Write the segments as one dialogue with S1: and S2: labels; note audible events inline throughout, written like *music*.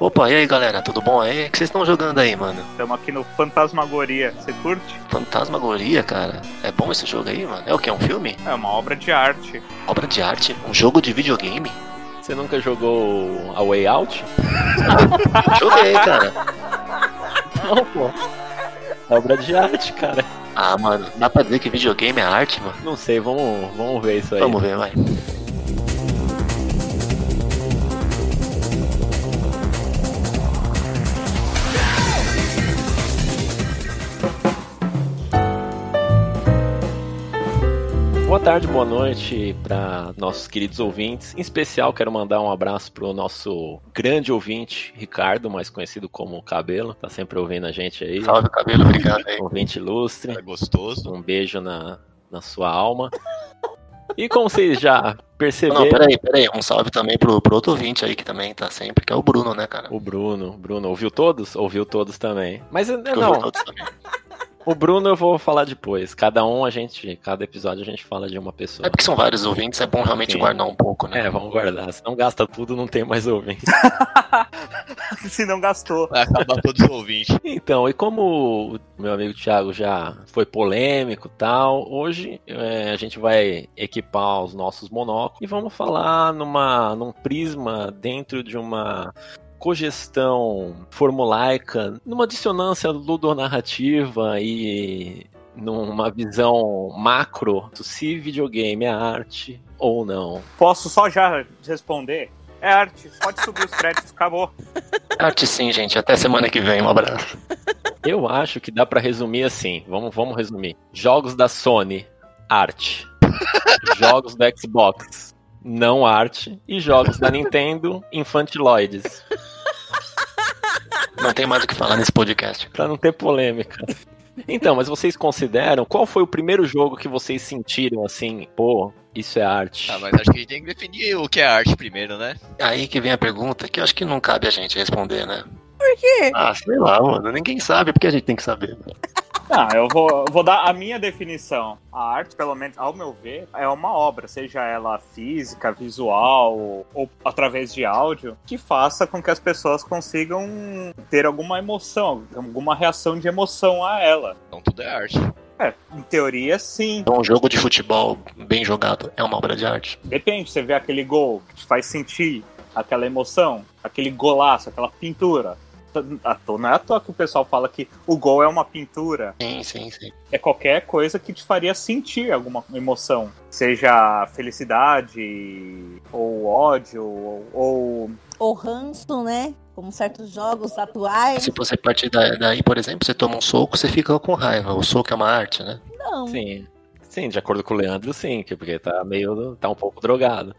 S1: Opa, e aí galera, tudo bom aí? O que vocês estão jogando aí, mano?
S2: Estamos aqui no Fantasmagoria. Você curte?
S1: Fantasmagoria, cara. É bom esse jogo aí, mano? É o que? É um filme?
S2: É uma obra de arte. *laughs*
S1: Obra de arte? Um jogo de videogame?
S3: Você nunca jogou A Way Out?
S1: Joguei, cara.
S3: Não, pô. É obra de arte, cara.
S1: Ah, mano, dá pra dizer que videogame é arte, mano?
S3: Não sei, vamos, vamos ver isso aí.
S1: Vamos ver, vai.
S3: Boa tarde, boa noite para nossos queridos ouvintes. Em especial, quero mandar um abraço pro nosso grande ouvinte, Ricardo, mais conhecido como Cabelo. Tá sempre ouvindo a gente aí.
S1: Salve, Tá cabelo, obrigado aí.
S3: Ouvinte ilustre.
S4: É gostoso.
S3: Um beijo na, na sua alma. E como vocês já perceberam,
S1: Não, peraí, peraí. Um salve também pro, pro outro ouvinte aí que também tá sempre, que é o Bruno, né, cara?
S3: o Bruno, Bruno, ouviu todos? Ouviu todos também. Mas eh,
S1: Que eu vi
S3: não,
S1: todos também.
S3: o Bruno eu vou falar depois. Cada um a gente, cada episódio a gente fala de uma
S1: É
S3: pessoa.
S1: porque são vários ouvintes, é bom realmente
S3: Sim.
S1: guardar um pouco, né?
S3: É, vamos guardar. Se não gasta tudo, não tem mais ouvinte.
S2: Se não gastou.
S4: Vai acabar todos os ouvintes.
S3: Então, e como o meu amigo Thiago já foi polêmico e tal, hoje eh, a gente vai equipar os nossos monóculos e vamos falar numa, num prisma dentro de uma cogestão formulaica, numa dissonância ludonarrativa e numa visão macro do se videogame é arte ou não.
S2: Posso só já responder? É arte. Pode subir os créditos, acabou.
S1: Arte sim, gente. Até semana que vem, um abraço.
S3: Eu acho que dá pra resumir assim. Vamos, vamos resumir. Jogos da Sony, arte. jogos do Xbox, não arte. E jogos da Nintendo, infantiloides.
S1: Não tem mais o que falar nesse podcast.
S3: Pra não ter polêmica. Então, mas vocês consideram qual foi o primeiro jogo que vocês sentiram assim, pô, isso é arte?
S4: Tá, mas acho que a gente tem que definir o que é arte primeiro, né?
S1: Aí que vem a pergunta que eu acho que não cabe a gente responder, né?
S5: Por quê?
S1: Ah, sei lá, mano. Ninguém sabe porque a gente tem que saber.
S2: Não, Ah, eu vou, vou dar a minha definição. A arte, pelo menos ao meu ver, é uma obra, seja ela física, visual ou através de áudio, que faça com que as pessoas consigam ter alguma emoção, alguma reação de emoção a ela.
S4: Então tudo é arte.
S2: É, em teoria, sim.
S1: Então, um jogo de futebol bem jogado é uma obra de arte.
S2: Depende, você vê aquele gol que te faz sentir aquela emoção, aquele golaço, aquela pintura. T- à toa- Não é à toa que o pessoal fala que o gol é uma pintura.
S1: Sim, sim, sim.
S2: É qualquer coisa que te faria sentir alguma emoção. Seja felicidade, ou ódio, ou, ou
S5: Ou ranço, né? Como certos jogos atuais.
S1: Se você partir da- daí, por exemplo, você toma um soco, você fica com raiva. O soco é uma arte, né?
S5: Não.
S3: Sim. Sim, de acordo com o Leandro, sim, que- porque tá meio. tá um pouco drogado.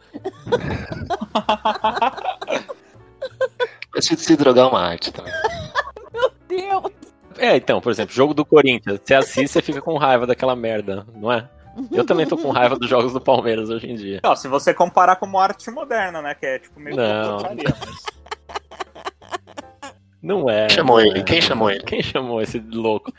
S1: Se, se drogar é uma arte também.
S5: Deus.
S3: É, então, por exemplo, jogo do Corinthians. Você assiste, você fica com raiva daquela merda, não é? Eu também tô com raiva dos jogos do Palmeiras hoje em dia.
S2: Ó, se você comparar como arte moderna, né? Que é tipo meio
S3: Não.
S2: que putaria, mas...
S3: Não é.
S1: Quem chamou
S3: não
S1: ele?
S3: é.
S1: Quem chamou ele?
S3: Quem chamou esse louco?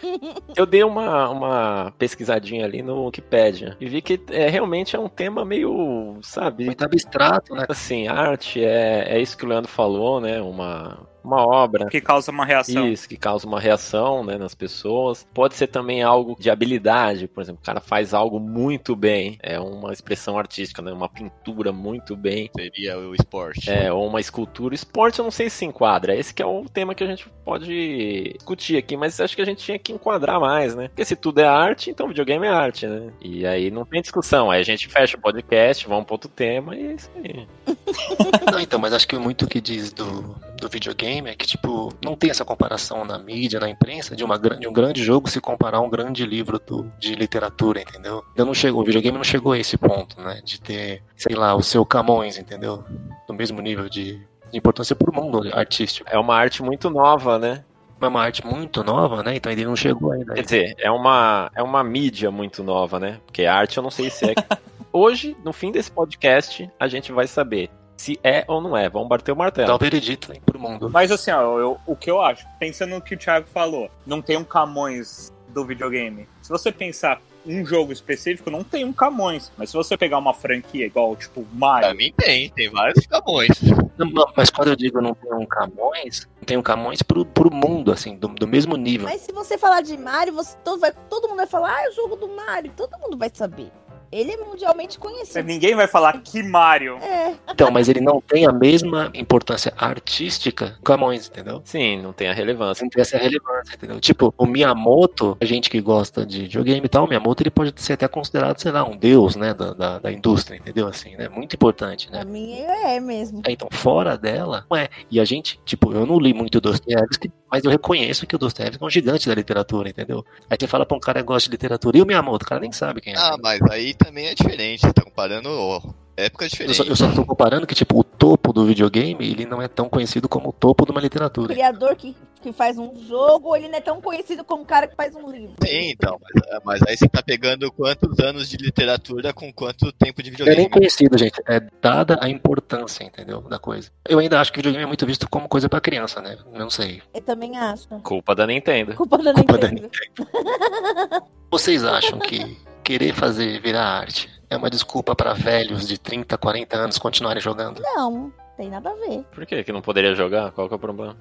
S3: Eu dei uma, uma pesquisadinha ali no Wikipedia e vi que é, realmente é um tema meio, sabe,
S1: Muito abstrato, né?
S3: assim, arte é, é isso que o Leandro falou, né? Uma, uma obra.
S2: que causa uma reação.
S3: Isso, que causa uma reação né, nas pessoas. Pode ser também algo de habilidade, por exemplo, o cara faz algo muito bem. É uma expressão artística, né? Uma pintura muito bem.
S4: Seria o esporte.
S3: É, ou uma escultura. Esporte, eu não sei se enquadra. Esse que é o tema que a gente pode discutir aqui, mas acho que a gente tinha que enquadrar mais, né? Porque se tudo é arte, então videogame é arte, né? E aí não tem discussão. Aí a gente fecha o podcast, vamos para outro tema e é isso aí.
S1: Não, então, mas acho que muito o que diz do, do videogame é que, tipo, não tem essa comparação na mídia, na imprensa, de, uma, gran- de um grande jogo se comparar a um grande livro do- de literatura, entendeu? Ainda não chegou, o videogame não chegou a esse ponto, né? De ter, sei lá, o seu Camões, entendeu? No mesmo nível de, de importância pro mundo artístico.
S3: É uma arte muito nova, né?
S1: É uma arte muito nova, né? Então ele não chegou ainda.
S3: Quer dizer, é uma, é uma mídia muito nova, né? Porque arte eu não sei se é. Hoje, no fim desse podcast, a gente vai saber se é ou não é. Vamos bater
S1: Dá
S3: o
S1: o
S3: martelo.
S1: um veredito hein, pro mundo.
S2: Mas assim, ó, eu- o que eu acho, pensando no que o Thiago falou, não tem um Camões do videogame. Se você pensar um jogo específico, não tem um Camões. Mas se você pegar uma franquia igual, tipo,
S4: Pra
S2: Mario,
S4: mim tem, tem vários Camões.
S1: Não, não, mas quando eu digo não tem um Camões, não tem um Camões pro, pro mundo, assim, do, do mesmo nível.
S5: Mas se você falar de Mario, você, todo, vai, todo mundo vai falar, ah, é o jogo do Mario. Todo mundo vai saber. Ele é mundialmente conhecido.
S2: ninguém vai falar que Mario.
S5: É,
S1: Então, mas ele não tem a mesma importância artística do Camões, entendeu?
S3: Sim, não tem a relevância.
S1: Não tem essa relevância, entendeu? Tipo, o Miyamoto, a gente que gosta de videogame e tal, o Miyamoto ele pode ser até considerado, sei lá, um deus, né, da, da, da indústria, entendeu? Assim, né? Muito importante, né?
S5: pra mim é mesmo.
S1: É, Então, fora dela, não é. E a gente, tipo, eu não li muito Dostoiévski, mas eu reconheço que o Dostoiévski é um gigante da literatura, entendeu? Aí você fala pra um cara que gosta de literatura, e o Miyamoto, o cara nem sabe quem é.
S4: Ah, mas aí também é diferente. Você tá comparando ó, épocas
S1: Eu só,
S4: diferentes.
S1: eu só tô comparando que, tipo, o topo do videogame, ele não é tão conhecido como o topo de uma
S5: O
S1: literatura.
S5: criador que, que faz um jogo, ele não é tão conhecido como o cara que faz um livro.
S4: Sim, então, mas, mas aí você tá pegando quantos anos de literatura com quanto tempo de
S1: Não é
S4: videogame.
S1: nem conhecido, gente. É dada a importância, entendeu? Da coisa. Eu ainda acho que videogame é muito visto como coisa pra criança, né? Não sei.
S5: Eu também acho.
S3: Culpa da Nintendo.
S5: Culpa da
S1: Culpa da
S5: Nintendo.
S1: Vocês acham que querer fazer virar arte é uma desculpa pra velhos de 30, 40 anos continuarem jogando?
S5: Não, tem nada a ver.
S3: Por que que não poderia jogar? Qual que é o problema?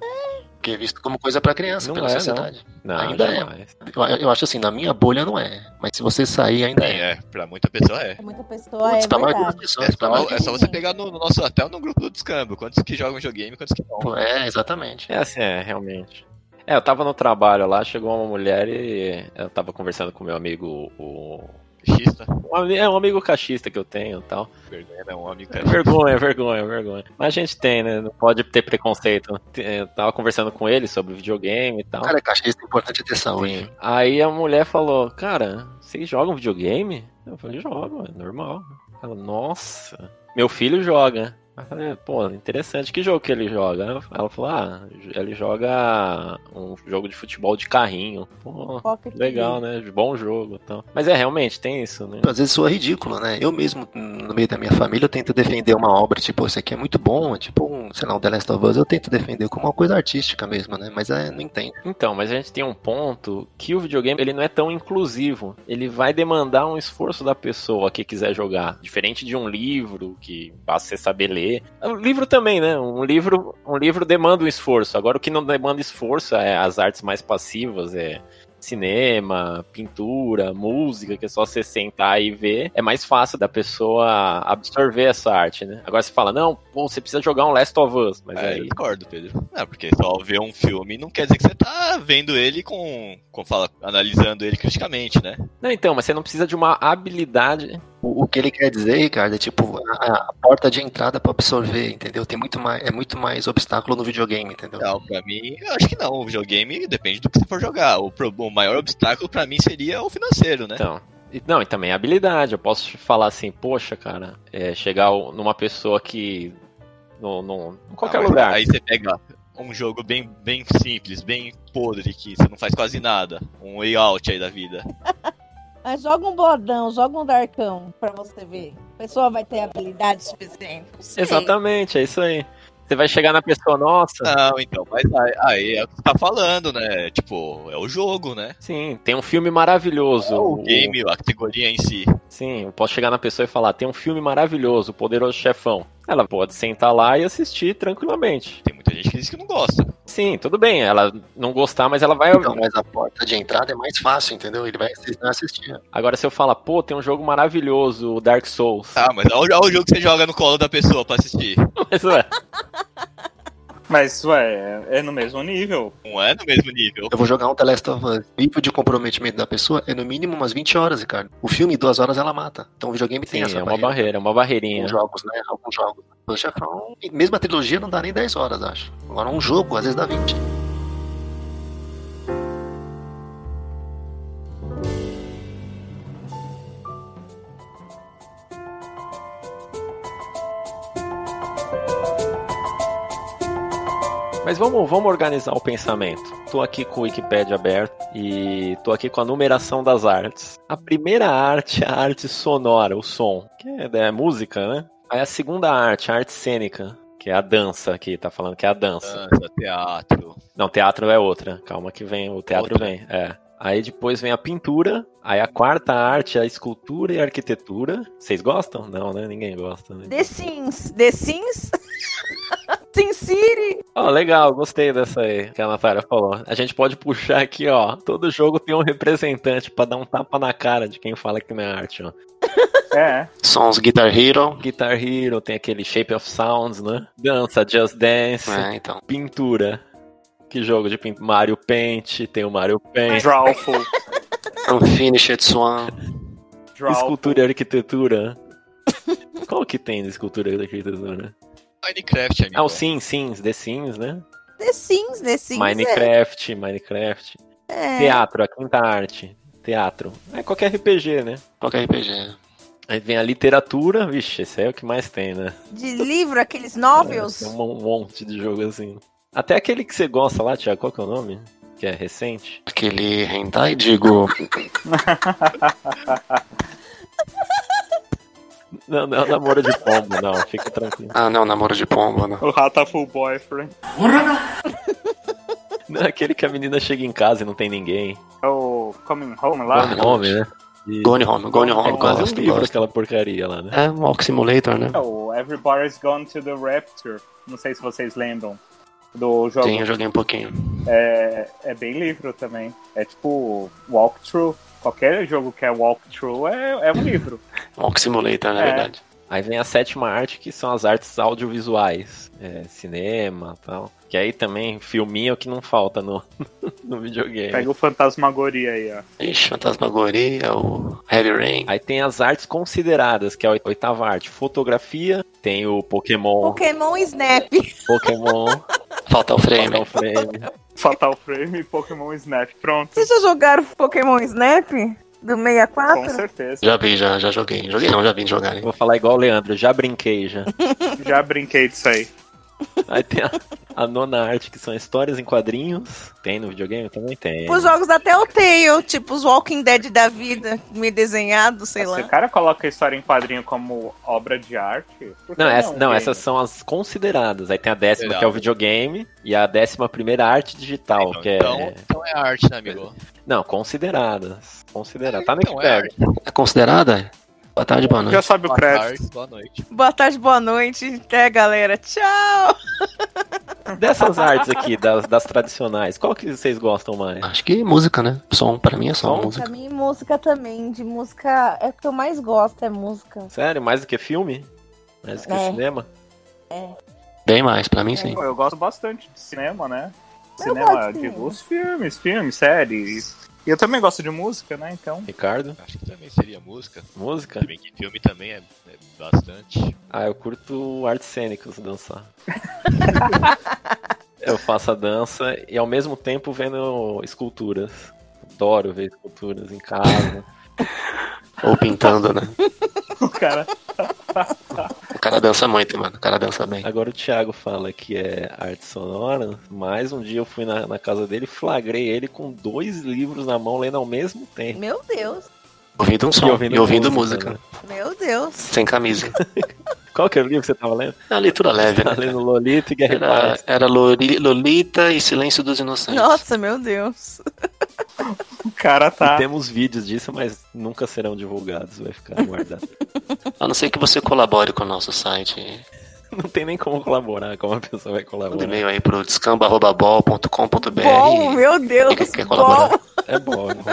S1: Porque é visto como coisa pra criança,
S3: Não
S1: pela
S3: é, não.
S1: sociedade.
S3: Não,
S1: Ainda é.
S3: jamais.
S1: Eu, eu acho assim, na minha bolha não é. Mas se você sair, ainda é.
S4: É, pra muita pessoa é.
S5: Pra muita pessoa
S1: Putz,
S5: é
S1: pra maioria das
S5: verdade.
S1: pessoas,
S4: É
S1: pra maioria-
S4: só, é só você pegar no, no nosso até no grupo do descambo. Quantos que jogam videogame e quantos que não.
S1: É, exatamente.
S3: É assim, é, realmente. É, eu tava no trabalho lá, chegou uma mulher e eu tava conversando com meu amigo, o...
S4: Xista.
S3: um ami- é um amigo caixista que eu tenho e tal.
S4: Vergonha, né? Um amigo
S3: É vergonha, vergonha, vergonha. Mas a gente tem, né? Não pode ter preconceito. Eu tava conversando com ele sobre videogame e tal.
S1: Cara, cachista, o importante é ter saúde.
S3: Aí a mulher falou, cara, vocês jogam videogame? Eu falei, jogo, é normal. Ela, nossa, meu filho joga. Aí eu falei, pô, interessante, que jogo que ele joga? Ela falou, ah, ele joga um jogo de futebol de carrinho. Pô,
S5: Pocket
S3: legal, né? Bom jogo e tal. Mas é, realmente, tem isso, né?
S1: Às vezes soa ridículo, né? Eu mesmo, no meio da minha família, eu tento defender uma obra, tipo, isso aqui é muito bom, é tipo, um, sei lá, um The Last of Us, eu tento defender como uma coisa artística mesmo, né? Mas é, não entendo.
S3: Então, mas a gente tem um ponto que o videogame ele não é tão inclusivo. Ele vai demandar um esforço da pessoa que quiser jogar, diferente de um livro que basta você saber ler. O livro também, né? Um livro, um livro demanda um esforço. Agora o que não demanda esforço é as artes mais passivas, é cinema, pintura, música, que é só você sentar e ver, é mais fácil da pessoa absorver essa arte, né? Agora você fala, não, pô, você precisa jogar um Last of Us, mas
S4: É, eu
S3: aí
S4: discordo, Pedro. Não, porque só ver um filme não quer dizer que você tá vendo ele com. com fala, analisando ele criticamente, né?
S3: Não, então, mas você não precisa de uma habilidade.
S1: O, o que ele quer dizer, Ricardo, é tipo, a, a porta de entrada pra absorver, entendeu? Tem muito mais, é muito mais obstáculo no videogame,
S3: É.
S1: entendeu?
S4: Não, Então, pra mim, eu acho que não. O videogame depende do que você for jogar. O, pro- o maior obstáculo pra mim seria o financeiro, né?
S3: Então. e- Não, e também habilidade. Eu posso te falar assim, poxa, cara, é, chegar o- numa pessoa que. No, no, em qualquer
S4: Ah, mas
S1: é
S3: lugar.
S4: Aí você pega um jogo bem, bem simples, bem podre, que você não faz quase nada. Um way out aí da vida.
S5: Mas joga um bodão, joga um darkão pra você ver. A pessoa vai ter habilidade suficiente. Não sei.
S3: Exatamente, é isso aí. Você vai chegar na pessoa, nossa.
S1: Ah.
S4: Não, então, mas aí, aí é o que você tá falando, né? Tipo, é o jogo, né?
S3: Sim, tem um filme
S1: É
S3: maravilhoso.
S4: O
S3: o-
S4: game, a categoria em si.
S3: Sim, eu posso chegar na pessoa e falar: tem um filme maravilhoso, O Poderoso Chefão. Ela pode sentar lá e assistir tranquilamente.
S4: Tem muita gente que diz que não gosta.
S3: Sim, tudo bem, ela não gostar, mas ela vai.
S1: Então, mas a porta de entrada é mais fácil, entendeu? Ele vai assistir. vai assistir.
S3: Agora, se eu falar, pô, tem um jogo maravilhoso, o Dark Souls.
S4: Ah, mas olha o jogo que você joga no colo da pessoa pra assistir.
S3: *laughs* Mas, ué,
S2: Mas, ué, é- é no mesmo nível.
S4: Não é no mesmo nível.
S1: Eu vou jogar um The Last of Us. O nível de comprometimento da pessoa é no mínimo umas 20 horas, Ricardo. O filme, duas horas, ela mata. Então o videogame tem
S3: sim,
S1: essa
S3: é uma
S1: barreira.
S3: barreira, é uma barreirinha.
S1: alguns jogos, né? Alguns jogos. O Chefão, mesmo a trilogia não dá nem 10 horas, acho. Agora um jogo, às vezes dá 20.
S3: Mas vamos, vamos organizar o pensamento. Tô aqui com o Wikipedia aberto e tô aqui com a numeração das artes. A primeira arte é a arte sonora, o som, que é, da música, né? Aí a segunda arte, a arte cênica, que é a dança aqui, tá falando que é a dança.
S4: Dança, teatro.
S3: Não, teatro é outra. Calma que vem, o teatro
S4: Outra.
S3: vem. É. Aí depois vem a pintura, aí a quarta arte é a escultura e a arquitetura. Vocês gostam? Não, né? Ninguém gosta. Né?
S5: The Sims. The Sims? *laughs* Sim City.
S3: Ó, legal, gostei dessa aí que a Natália falou. A gente pode puxar aqui, ó. Todo jogo tem um representante pra dar um tapa na cara de quem fala que não é arte, ó.
S2: É.
S1: Sons Guitar Hero.
S3: Guitar Hero, tem aquele Shape of Sounds, né? Dança, Just Dance,
S1: É, então.
S3: pintura. Que jogo de pintura? Mario Paint, tem o Mario Paint.
S2: Drawful.
S1: Unfinished Swan.
S2: Drawful.
S3: Escultura e arquitetura. *laughs* Qual que tem de escultura e arquitetura?
S4: Minecraft, amigo.
S3: Ah, o Sims, Sims, The Sims, né?
S5: The Sims, The Sims.
S3: Minecraft, Minecraft.
S5: É. é.
S3: Teatro, a quinta arte. Teatro. É qualquer RPG, né?
S1: Qualquer RPG.
S3: Aí vem a literatura, vixe, esse aí é o que mais tem, né?
S5: De livro, aqueles
S3: Tem
S5: novels.
S3: um monte de jogo assim. Até aquele que você gosta lá, Thiago, qual que é o nome? Que é recente?
S1: Aquele hentai, digo.
S3: Não, não, é o namoro de pombo, não, fica tranquilo.
S1: Ah, não, namoro de pombo, não.
S2: O Rataful Boyfriend.
S3: Não, é aquele que a menina chega em casa e não tem ninguém.
S2: É o Coming Home
S1: Ah,
S2: lá.
S1: não.
S3: Homem, né? E...
S1: Gone Home, Gone Home,
S3: É quase um
S1: gosto,
S3: livro
S1: gosto.
S3: aquela porcaria lá, né?
S1: É um Walk Simulator, né?
S2: É o Everybody's Gone to the Rapture. Não sei se vocês lembram do jogo.
S1: Sim, eu joguei um pouquinho.
S2: É, é bem livro também. É tipo walkthrough. Qualquer jogo que é walkthrough é, é um livro.
S1: Walk Simulator, na
S2: É.
S1: verdade.
S3: Aí vem a sétima arte, que são as artes audiovisuais. É, cinema tal. Que aí também, filminho é que não falta no, *laughs* no videogame.
S2: Pega o Fantasmagoria aí, ó.
S1: Ixi, Fantasmagoria, o Heavy Rain.
S3: Aí tem as artes consideradas, que é a oi- oitava arte. Fotografia, tem o
S1: é um
S3: Pokémon,
S5: Pokémon Snap. *laughs*
S3: Pokémon,
S1: Fatal Frame.
S3: Fatal Frame.
S2: Fatal Frame e Pokémon Snap. Pronto.
S5: Vocês já jogaram Pokémon Snap? Do
S2: Com
S5: 64?
S2: certeza.
S1: Já vi, já, já joguei. Joguei não, já vi jogar. hein?
S3: Vou falar igual o Leandro, já brinquei já.
S2: Já brinquei disso aí.
S3: Aí tem a, a nona arte, que são histórias em quadrinhos. Tem no videogame? Também tem.
S5: Tipo, Os jogos da Telltale, tipo os Walking Dead da vida, meio desenhado, sei
S2: Se o
S5: lá.
S2: cara coloca a história em quadrinho como obra de arte. por que
S3: Não, essa- não,
S2: game?
S3: essas são as consideradas. Aí tem a décima,
S4: Legal.
S3: que é o videogame, e a décima primeira arte digital, que é...
S4: Então, então é arte, né, amigo?
S3: Não, consideradas. Consideradas. Tá no
S4: Então é
S3: Wikipedia.
S4: arte.
S1: É considerada? Boa tarde,
S3: né?
S1: boa
S2: Já
S1: noite.
S2: sabe É o
S4: Boa
S2: crédito.
S4: tarde, boa noite.
S5: Boa tarde, boa noite. Até, galera. Tchau.
S3: Dessas artes aqui, das, das tradicionais, qual que vocês gostam mais?
S1: Acho que música, né? Som, pra mim é só
S3: Som?
S1: música.
S5: Pra mim, música também. De música, é o que eu mais gosto, é música.
S3: Sério, mais do que filme? Mais do que
S5: É.
S3: cinema?
S1: Bem mais, pra mim sim.
S2: Pô, eu gosto bastante de cinema, né?
S5: gosto
S2: Cinema, eu
S5: de
S2: digo,
S5: cinema.
S2: os filmes, filmes, séries. E eu também gosto de música, né? Então.
S3: Ricardo?
S4: Acho que também seria música.
S3: Música?
S4: Se bem que filme também é, é bastante.
S3: Ah, eu curto artes cênicas dançar. eu faço a dança e ao mesmo tempo vendo esculturas. Adoro ver esculturas em casa.
S1: Ou pintando, né?
S2: O cara.
S1: O cara dança muito, mano. O cara dança bem.
S3: Agora o Thiago fala que é arte sonora, mas um dia eu fui na, na casa dele e flagrei ele com dois livros na mão lendo ao mesmo tempo.
S5: Meu Deus,
S1: Ouvindo um som e ouvindo, música.
S3: né?
S5: meu Deus.
S1: Sem *laughs* camisa.
S3: Qual que era o livro que você tava lendo?
S1: É uma leitura leve,
S3: Tá
S1: né?
S3: lendo Lolita e Guerra e
S1: Era,
S3: Paz.
S1: era Loli- Lolita e Silêncio dos Inocentes.
S5: Nossa, meu Deus.
S2: O cara
S3: E *laughs*
S2: tá.
S3: temos vídeos disso, mas nunca serão divulgados, vai ficar guardado.
S1: A não ser que você colabore com o nosso site.
S3: Não tem nem como colaborar, como a pessoa vai
S1: Manda
S3: colaborar.
S1: e-mail aí pro descamba.bol.com.br.
S5: Bom, meu Deus.
S1: Quer- quer
S5: bom.
S1: colaborar?
S3: É bom, não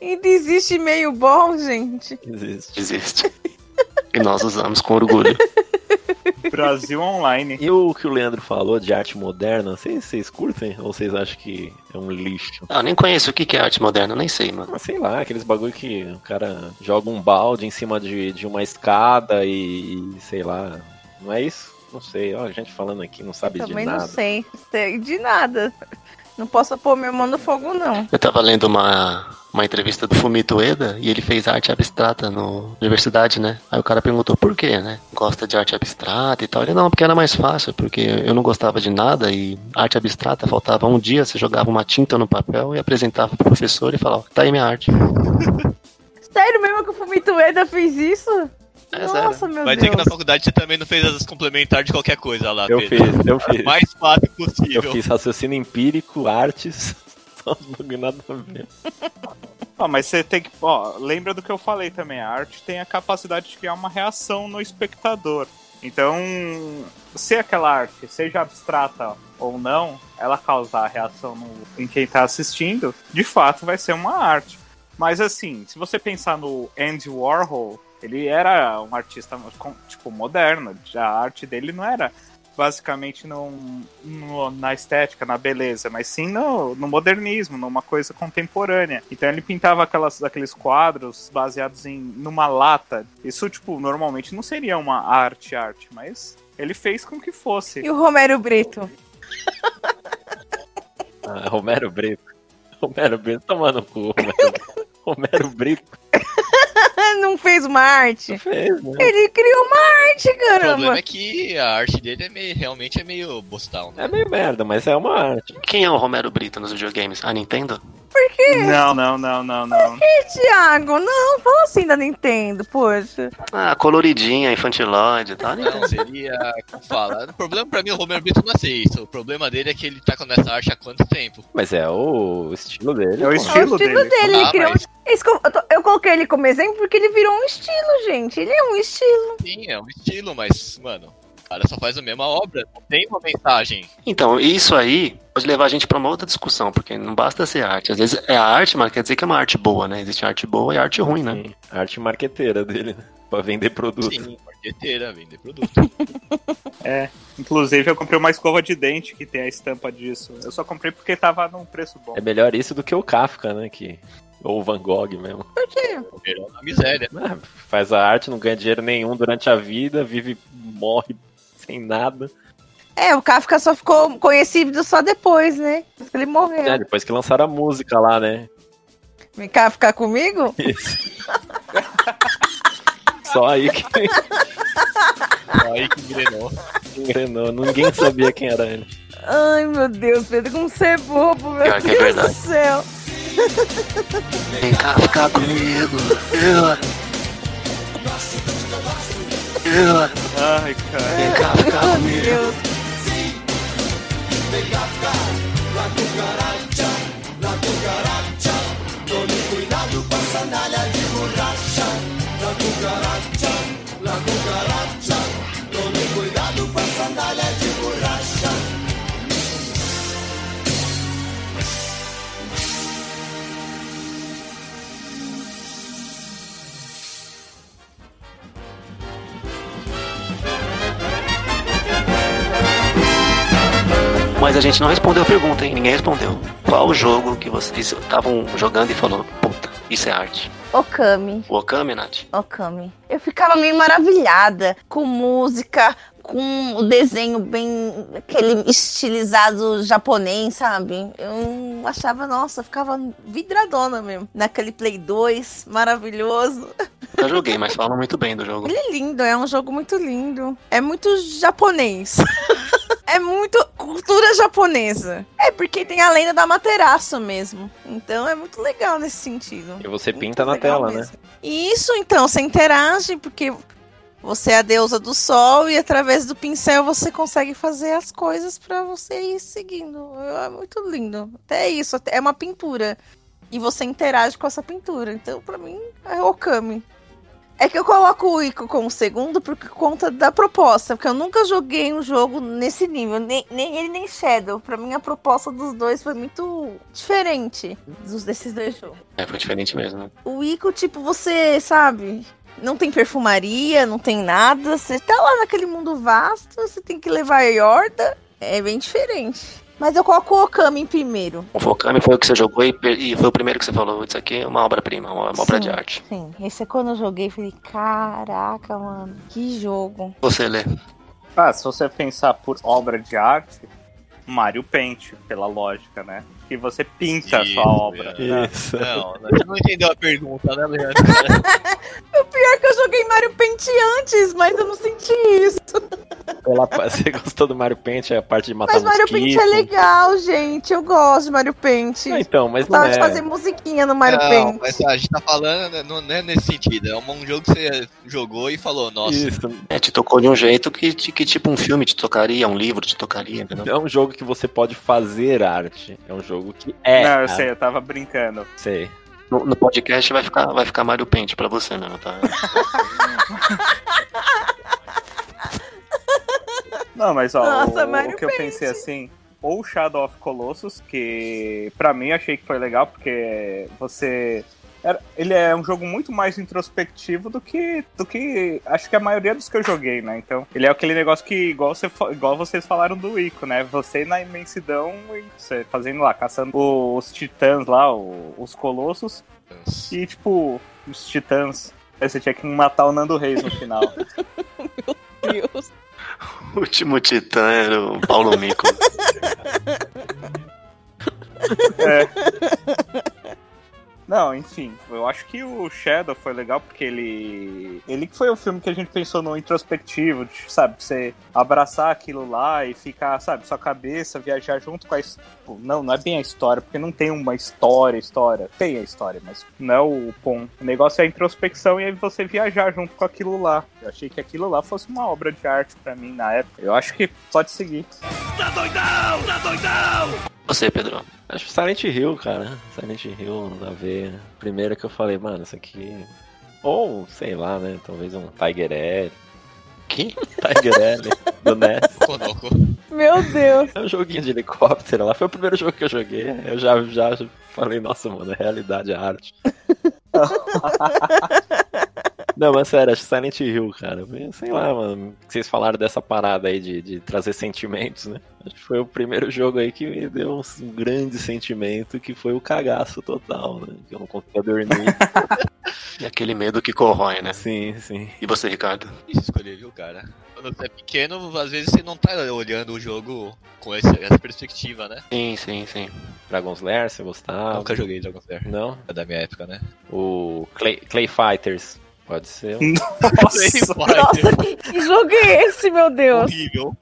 S5: Ainda existe meio bom, gente.
S3: existe.
S1: Existe. E nós usamos com orgulho.
S2: Brasil Online.
S3: E o que o Leandro falou de arte moderna, vocês, vocês curtem ou vocês acham que é um lixo?
S1: Ah, eu nem conheço o que que é arte moderna, nem sei, mano.
S3: Ah, sei lá, aqueles bagulho que o cara joga um balde em cima de, de uma escada e, e sei lá. Não é isso? Não sei. Ó, a gente falando aqui não sabe de
S5: Também
S3: nada.
S5: não sei. Sei De nada. Não posso pôr minha mão no fogo, não.
S1: Eu tava lendo uma, uma entrevista do Fumito Ueda e ele fez arte abstrata no Universidade, né? Aí o cara perguntou por quê, né? Gosta de arte abstrata e tal. Ele, não, porque era mais fácil, porque eu não gostava de nada e arte abstrata faltava um dia, você jogava uma tinta no papel e apresentava pro professor e falava, tá aí minha arte.
S5: Sério mesmo que o Fumito Ueda fez isso?
S1: É, sério.
S5: Nossa, Ah, meu
S4: Vai dizer
S5: Deus.
S4: que na faculdade você também não é fez as complementares de qualquer coisa lá,
S3: Eu
S4: Pedro.
S3: fiz, eu fiz.
S4: Tá Mais fácil
S3: Eu
S4: possível.
S3: fiz raciocínio empírico, artes. *laughs* uns bagulho nada a ver.
S2: Ah, mas você tem que. Ó, lembra do que eu falei também. A arte tem a capacidade de criar uma reação no espectador. Então, se aquela arte, seja abstrata ou não, ela causar reação no- em quem tá assistindo, de fato vai ser uma arte. Mas assim, se você pensar no Andy Warhol, ele era um artista com- tipo moderno, já a arte dele não era basicamente num, no- na estética, na beleza, mas sim no, no modernismo, numa coisa contemporânea. Então ele pintava aquelas, aqueles quadros baseados em numa lata. Isso, tipo, normalmente não seria uma arte-arte, mas ele fez com que fosse.
S5: E o Romero Brito? *laughs*
S3: Ah, Romero Brito. Romero Brito tomando cu, Romero
S5: *laughs*
S3: Brito. Romero Brito
S5: Ah, Não fez uma arte?
S3: fez, né?
S5: Ele criou uma arte,
S4: O problema
S5: caramba!
S4: é que a arte dele é meio, realmente é meio bostão, né?
S3: É meio merda, mas é uma arte.
S1: Quem é o Romero Brito nos videogames? A Nintendo?
S2: Não, não, não, não, não. É
S4: é
S5: Tiago, não, fala assim da Nintendo, poxa.
S1: Ah, coloridinha, infantilóide e tal.
S4: Não, seria. Como fala? O problema pra mim, o Romero Brito não é ser isso. O problema dele é que ele tá com essa arte há quanto tempo?
S3: Mas é o estilo dele.
S2: É o
S3: pô.
S5: É o
S2: estilo
S5: estilo dele,
S2: dele.
S5: ele
S4: Ah,
S5: criou. um
S4: mas-
S5: Esse co- eu, tô- eu coloquei ele como exemplo porque ele virou um estilo, gente. Ele é um estilo.
S4: Sim, é um estilo, mas, mano, o cara só faz a mesma obra, não tem uma mensagem.
S1: Então, isso aí pode levar a gente pra uma outra discussão, porque não basta ser arte. Às vezes é a arte, mas quer dizer que é uma arte boa, né? Existe arte boa e arte ruim, né?
S3: Sim, a arte marqueteira dele, né? *laughs* Pra vender produto.
S4: Sim, marqueteira, vender produto.
S2: Inclusive, eu comprei uma escova de dente que tem a estampa disso. Eu só comprei porque tava num preço bom.
S3: É melhor isso do que o Kafka, né? Que... Ou o Van Gogh mesmo.
S5: Por quê?
S4: né? Verão na miséria.
S3: Ah, faz a arte, não ganha dinheiro nenhum durante a vida, vive, morre sem nada.
S5: É, o Kafka só ficou conhecido só depois, né? Depois que ele
S3: É,
S5: morreu.
S3: depois que lançaram a música lá, né?
S5: Vem cá ficar comigo?
S3: Isso.
S5: *laughs*
S3: Só aí que
S4: né? Aí que *laughs* engrenou.
S3: engrenou. Ninguém sabia quem era ele.
S5: Ai, meu Deus, Pedro, como você é bobo, meu
S1: Pior que é
S5: Deus do
S1: verdade.
S5: céu.
S1: Vem cá ficar comigo. Eu. Eu.
S2: Ai, cara.
S1: Vem cá ficar
S5: Meu
S1: comigo.
S5: Deus.
S1: Mas a gente não respondeu a pergunta, hein? Ninguém respondeu. Qual o jogo que vocês estavam jogando e falou, puta, isso é arte?
S5: Okami.
S1: O Okami, Nath?
S5: Okami. Eu ficava meio maravilhada com música, com o desenho bem. aquele estilizado japonês, sabe? Eu achava, nossa, eu ficava vidradona mesmo. Naquele Play 2, maravilhoso.
S1: Eu joguei, mas falam muito bem do jogo.
S5: Ele é lindo, é um jogo muito lindo. É muito japonês. *laughs* É muito cultura japonesa. É porque tem a lenda da materaço mesmo. Então é muito legal nesse sentido.
S3: E você
S5: Muito
S3: pinta na
S5: legal
S3: tela, né?
S5: mesmo. Isso, então, você interage, porque você é a deusa do sol e através do pincel você consegue fazer as coisas pra você ir seguindo. É muito lindo. Até isso, até- é uma pintura. E você interage com essa pintura. Então, pra mim, é Okami. É que eu coloco o Ico como segundo por conta da proposta, porque eu nunca joguei um jogo nesse nível, nem, nem ele nem Shadow. Pra mim, a proposta dos dois foi muito diferente dos desses dois jogos.
S1: É, foi diferente mesmo. né?
S5: O Ico, tipo, você sabe, não tem perfumaria, não tem nada, você tá lá naquele mundo vasto, você tem que levar a Yorda, é bem diferente. Mas eu coloco o Okami em primeiro.
S1: O Okami foi o que você jogou e, per- e foi o primeiro que você falou. Isso aqui é uma obra-prima, uma, uma obra
S5: Sim.
S1: de arte.
S5: Sim, esse é quando eu joguei, falei, caraca, mano, que jogo.
S1: Você lê.
S2: Ah, se você pensar por obra de arte, Mario Paint, pela lógica, né? Que você pinta a
S4: Isso,
S2: sua obra.
S3: Isso.
S4: Não, você não entendeu a pergunta, né, Leandro?
S5: O pior é que eu joguei Mario Paint antes, mas eu não senti isso.
S3: Pela- você gostou do Mario Paint, a parte de matar
S5: Mas Mario Paint
S3: Tá mosquito?
S5: é legal, gente. Eu gosto de Mario Paint.
S3: Ah, então, mas não
S5: Gostava de
S3: é.
S5: fazer musiquinha no Mario
S4: Não,
S5: Paint.
S4: mas a gente tá falando, né, não não é nesse sentido. É um jogo que você jogou e falou, nossa,
S3: Isso.
S1: É, te tocou de um jeito que, te- que tipo um filme te tocaria, um livro te tocaria, entendeu?
S3: É um jogo que você pode fazer arte. É um jogo que é.
S2: Não, eu
S3: arte.
S2: sei, eu tava brincando.
S3: Sei.
S1: No, no podcast vai ficar, vai ficar Mario Paint pra você mesmo, tá?
S2: Não, mas ó,
S5: Nossa,
S2: o,
S5: Mario
S2: o que eu
S5: Paint.
S2: pensei assim, ou Shadow of Colossus, que pra mim achei que foi legal, porque você. era- ele é um jogo muito mais introspectivo do que, do que. Acho que a maioria dos que eu joguei, né? Então, ele é aquele negócio que, igual, você, fa- igual vocês falaram do Ico, né? Você na imensidão, e você fazendo lá, caçando o- os titãs lá, o- os colossos, e tipo, os titãs. Aí você tinha que matar o Nando Reis no final.
S5: *laughs* Meu Deus.
S1: O *laughs* último titã era o Paulo Mico.
S2: Não, enfim, eu acho que o Shadow foi legal porque ele. Ele que foi o filme que a gente pensou no introspectivo, de, sabe? Você abraçar aquilo lá e ficar, sabe, sua cabeça, viajar junto com a. his- pô, Não, não é bem a história, porque não tem uma história, história. Tem a história, mas não é o ponto. O negócio é a introspecção e aí você viajar junto com aquilo lá. Eu achei que aquilo lá fosse uma obra de arte pra mim na época. Eu acho que pode seguir.
S1: Você, Pedro.
S3: Acho que Silent Hill, cara. Silent Hill, nada a ver. Primeiro que eu falei, mano, isso aqui. Ou, sei lá, né? Talvez um Tiger L.
S1: Que?
S3: Tiger L do NES.
S4: *laughs* Kodoko.
S5: Meu Deus.
S3: É um joguinho de helicóptero lá. Foi o primeiro jogo que eu joguei. Eu já, já falei, nossa, mano, é realidade, é arte. Não, mas sério, acho Silent Hill, cara. Sei lá, mano. que Vocês falaram dessa parada aí de, de trazer sentimentos, né? Acho que foi o primeiro jogo aí que me deu um grande sentimento, que foi o cagaço total, né? Que eu não conseguia
S4: *laughs*
S3: dormir.
S1: E aquele medo que corrói, né?
S3: sim, sim.
S1: E você, Ricardo?
S4: Difícil escolher, viu, cara? Quando você é pequeno, às vezes você não tá olhando o jogo com esse- essa perspectiva, né?
S1: Sim, sim, sim.
S3: Dragon's Lair, você gostava?
S4: Ah, Nunca joguei Dragon Slayer.
S3: Não?
S4: É da minha época, né?
S3: O Clay, Clay Fighters. Pode ser. um
S2: Nossa,
S5: Nossa, que, que jogo é esse, meu Deus?
S4: horrível.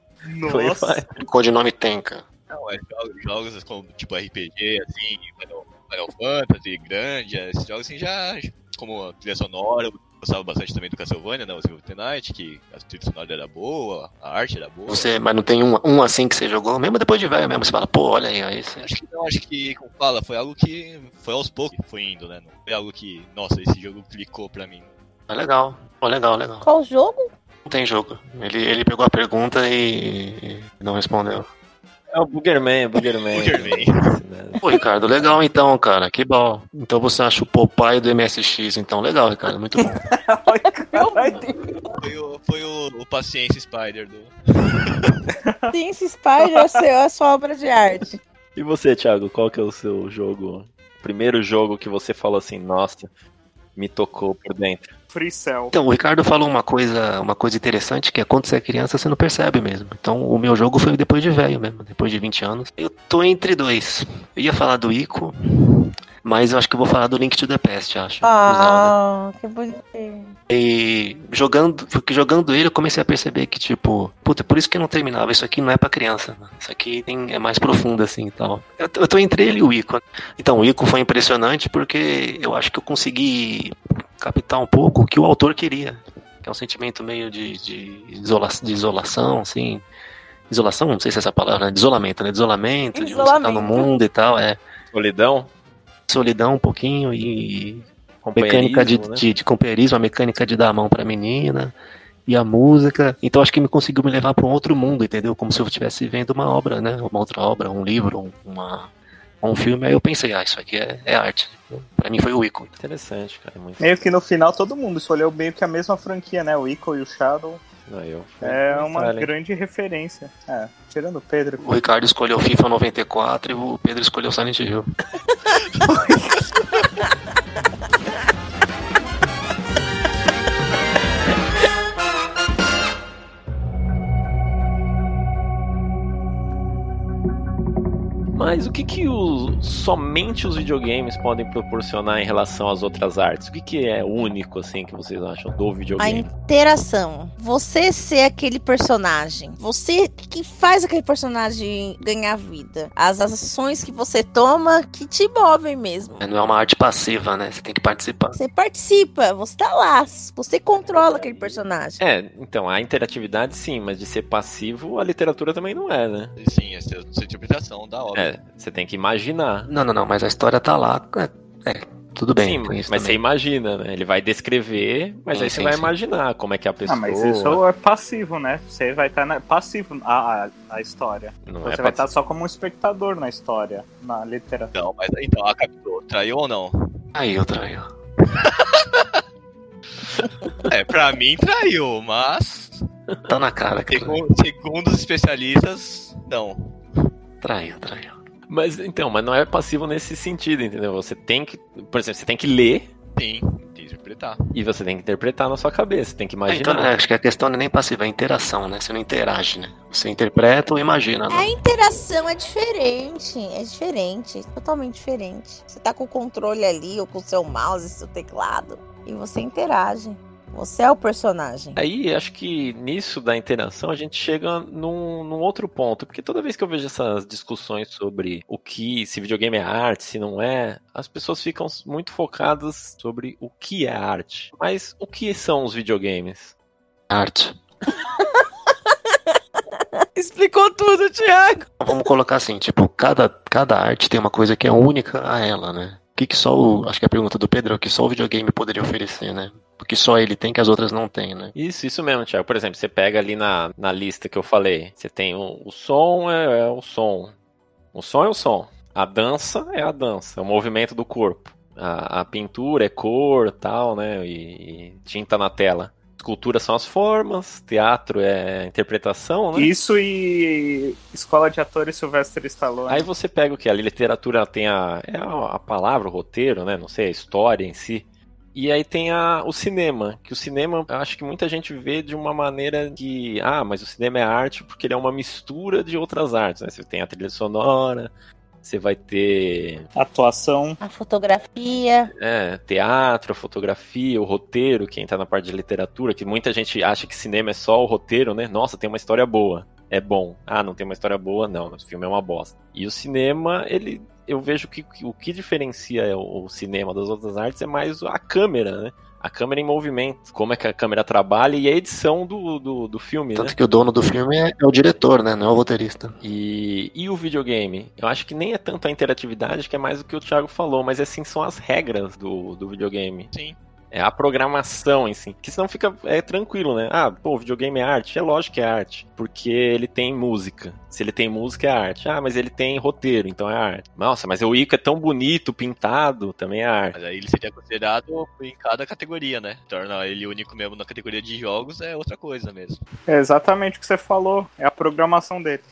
S3: Clay
S2: nossa.
S3: Fighters.
S1: Codinome Tenka.
S4: Não, é jogos, jogos como tipo RPG, assim, Final, Final Fantasy, grande, é, esses jogos assim já. Como a trilha sonora, eu gostava bastante também do Castlevania, né? O Silver Knight, que a trilha sonora era boa, a arte era boa.
S1: Você, mas não tem um, um assim que você jogou? Mesmo depois de velho mesmo, você fala, pô, olha aí, é, aí você...
S4: Acho que não, acho que, como fala, foi algo que foi aos poucos que foi indo, né? Não foi algo que, nossa, esse jogo clicou pra mim.
S1: Ah, legal. Ó, legal, legal.
S5: Qual jogo?
S1: Não tem jogo. Ele, ele pegou a pergunta e e não respondeu.
S3: É o Boogerman, Boogerman.
S4: Boogerman.
S3: Esse, né?
S1: Pô, Ricardo, legal então, cara. Que bom. Então você acha o Popeye do MSX, então. Legal, Ricardo. Muito bom.
S2: Ai, *laughs*
S5: Meu
S2: caralho.
S5: Deus.
S4: Foi o, foi o, o Paciência Spider do.
S5: Dance Spider é seu- é sua obra de arte.
S3: E você, Thiago, qual que é o seu jogo? Primeiro jogo que você falou assim, nossa, me tocou por dentro.
S2: Free Cell.
S1: Então, o Ricardo falou uma coisa, uma coisa interessante, que é quando você é criança, você não percebe mesmo. Então, o meu jogo foi depois de velho mesmo, depois de 20 anos. Eu tô entre dois. Eu ia falar do Ico, mas eu acho que eu vou falar do Link to the Past, acho. do Zelda.
S5: Ah, que bonitinho.
S1: E jogando, porque jogando ele, eu comecei a perceber que, tipo, puta, por isso que eu não terminava. Isso aqui não é pra criança. né? Isso aqui tem- é mais profundo, assim e tal. Eu, tô- eu tô entre ele e o Ico. Então, o Ico foi impressionante porque eu acho que eu consegui captar um pouco o que o autor queria. Que é um sentimento meio de, de, isola, de isolação, assim. Isolação, não sei se é essa palavra, né? De isolamento, né? De isolamento, de você estar no
S5: Isolamento.
S1: mundo e tal, é.
S3: Solidão?
S1: Solidão um pouquinho e
S3: Companheirismo,
S1: mecânica de,
S3: né?
S1: de, de companheirismo, a mecânica de dar a mão pra menina e a música. Então acho que me conseguiu me levar pra um outro mundo, entendeu? Como se eu estivesse vendo uma obra, né? Uma outra obra, um livro, um- uma, um filme. Aí eu pensei, ah, isso aqui é, é arte. Pra mim foi o Ico.
S3: Interessante, cara. Muito.
S2: Meio que no final todo mundo escolheu meio que a mesma franquia, né? O Ico e o Shadow.
S3: Não, eu fui
S2: É
S3: com
S2: uma
S3: Silent.
S2: grande referência. É, tirando o Pedro.
S1: O Ricardo escolheu FIFA 94 e o Pedro escolheu Silent Hill.
S3: Mas o que, que o- somente os videogames podem proporcionar em relação às outras artes? O que, que é único, assim, que vocês acham do
S5: A
S3: videogame?
S5: interação. Você ser aquele personagem. Você que faz aquele personagem ganhar vida. As ações que você toma que te movem mesmo.
S1: Não é uma arte passiva, né? Você tem que participar.
S5: Você participa, você tá lá, você controla aquele personagem.
S3: É, então, a interatividade sim, mas de ser passivo, a literatura também não é, né?
S4: Sim, assim, essa, essa interpretação da obra.
S3: É, você tem que imaginar.
S1: Não, não, não, mas a história tá lá. É, é, tudo bem.
S3: sim,
S1: tem
S3: mas
S1: isso
S3: você
S1: também.
S3: imagina, né? Ele vai descrever, mas
S1: Sim,
S3: aí você
S1: sim,
S3: vai
S1: sim.
S3: imaginar como é que é a pessoa.
S2: Ah, mas isso é passivo, né? Você vai estar passivo a, a, a história.
S3: não
S2: Você vai
S3: é pra-
S2: estar só como um espectador na história, na literatura.
S4: Então, mas então, a captou, traiu ou não?
S1: Aí, outra aí. ó.
S4: É, pra mim traiu, mas
S1: Tá na cara que
S4: segundo, segundo os especialistas, não.
S3: um
S1: traiu, traiu.
S2: tá-
S3: Mas então, mas não é passivo nesse sentido, entendeu? Você tem que, por exemplo, você tem que ler
S4: Sim, tem que interpretar.
S3: e você tem que interpretar na sua cabeça, você tem que
S1: É, então,
S3: imaginar.
S1: é, acho que a questão não é nem passiva, é interação, né? Você não interage, né? Você interpreta ou imagina,
S5: A
S1: né?
S5: interação é diferente, é diferente, totalmente diferente. Você tá com o controle ali, ou com o seu mouse, seu teclado, e você interage. Você é o personagem.
S3: Aí acho que nisso da interação a gente chega num, num outro ponto, porque toda vez que eu vejo essas discussões sobre o que, se videogame é arte, se não é, as pessoas ficam muito focadas sobre o que é arte. Mas o que são os videogames?
S1: Arte.
S6: É,
S5: Explicou tudo, Thiago.
S1: Vamos colocar assim, tipo, cada, cada arte tem uma coisa que é única a ela, né? O que, que só o. Acho que a pergunta do Pedro é o que só o videogame poderia oferecer, né? Porque só ele tem que as outras não tem, né?
S3: Isso, isso mesmo, Thiago. Por exemplo, você pega ali na, na lista que eu falei, você tem o, o som é, é o som. O som é o som. A dança é a dança, é o movimento do corpo. A, a pintura é cor tal, né? E, e tinta na tela. Escultura são as formas, teatro é interpretação, né?
S2: Isso e Escola de Atores Silvestre Stallone.
S3: Aí você pega o que? A literatura tem a, é a, a palavra, o roteiro, né? Não sei, a história em si. E aí tem a, o cinema, que o cinema eu acho que muita gente vê de uma maneira que, ah, mas o cinema é arte porque ele é uma mistura de outras artes, né? Você tem a trilha sonora, você vai ter
S2: Atuação.
S5: A fotografia.
S3: é, teatro, fotografia, o roteiro, quem tá na parte de literatura, que muita gente acha que cinema é só o roteiro, né? Nossa, tem uma história boa. É bom. Ah, não tem uma história boa? Não, o filme é uma bosta. E o cinema, ele. Eu vejo que que o que diferencia o o cinema das outras artes é mais a câmera, né? A câmera em movimento, como é que a câmera trabalha e a edição do, do, do filme, né?
S1: Tanto que o dono do filme é, é o diretor, né? Não é o roteirista.
S3: E, e o videogame? Eu acho que nem é tanto a interatividade, que é mais o que o Thiago falou, mas assim são as regras do, do videogame.
S4: Sim.
S3: É a programação em si. Que senão fica é, tranquilo, né? Ah, pô, videogame é arte? É lógico que é arte. Porque ele tem música. Se ele tem música, é arte. Ah, mas ele tem roteiro, então é arte. Nossa, mas o Ico é tão bonito, pintado, também é arte.
S4: Mas aí ele seria considerado em cada categoria, né? Torna ele único mesmo na categoria de jogos é outra coisa mesmo.
S2: É exatamente o que você falou. É a programação dele.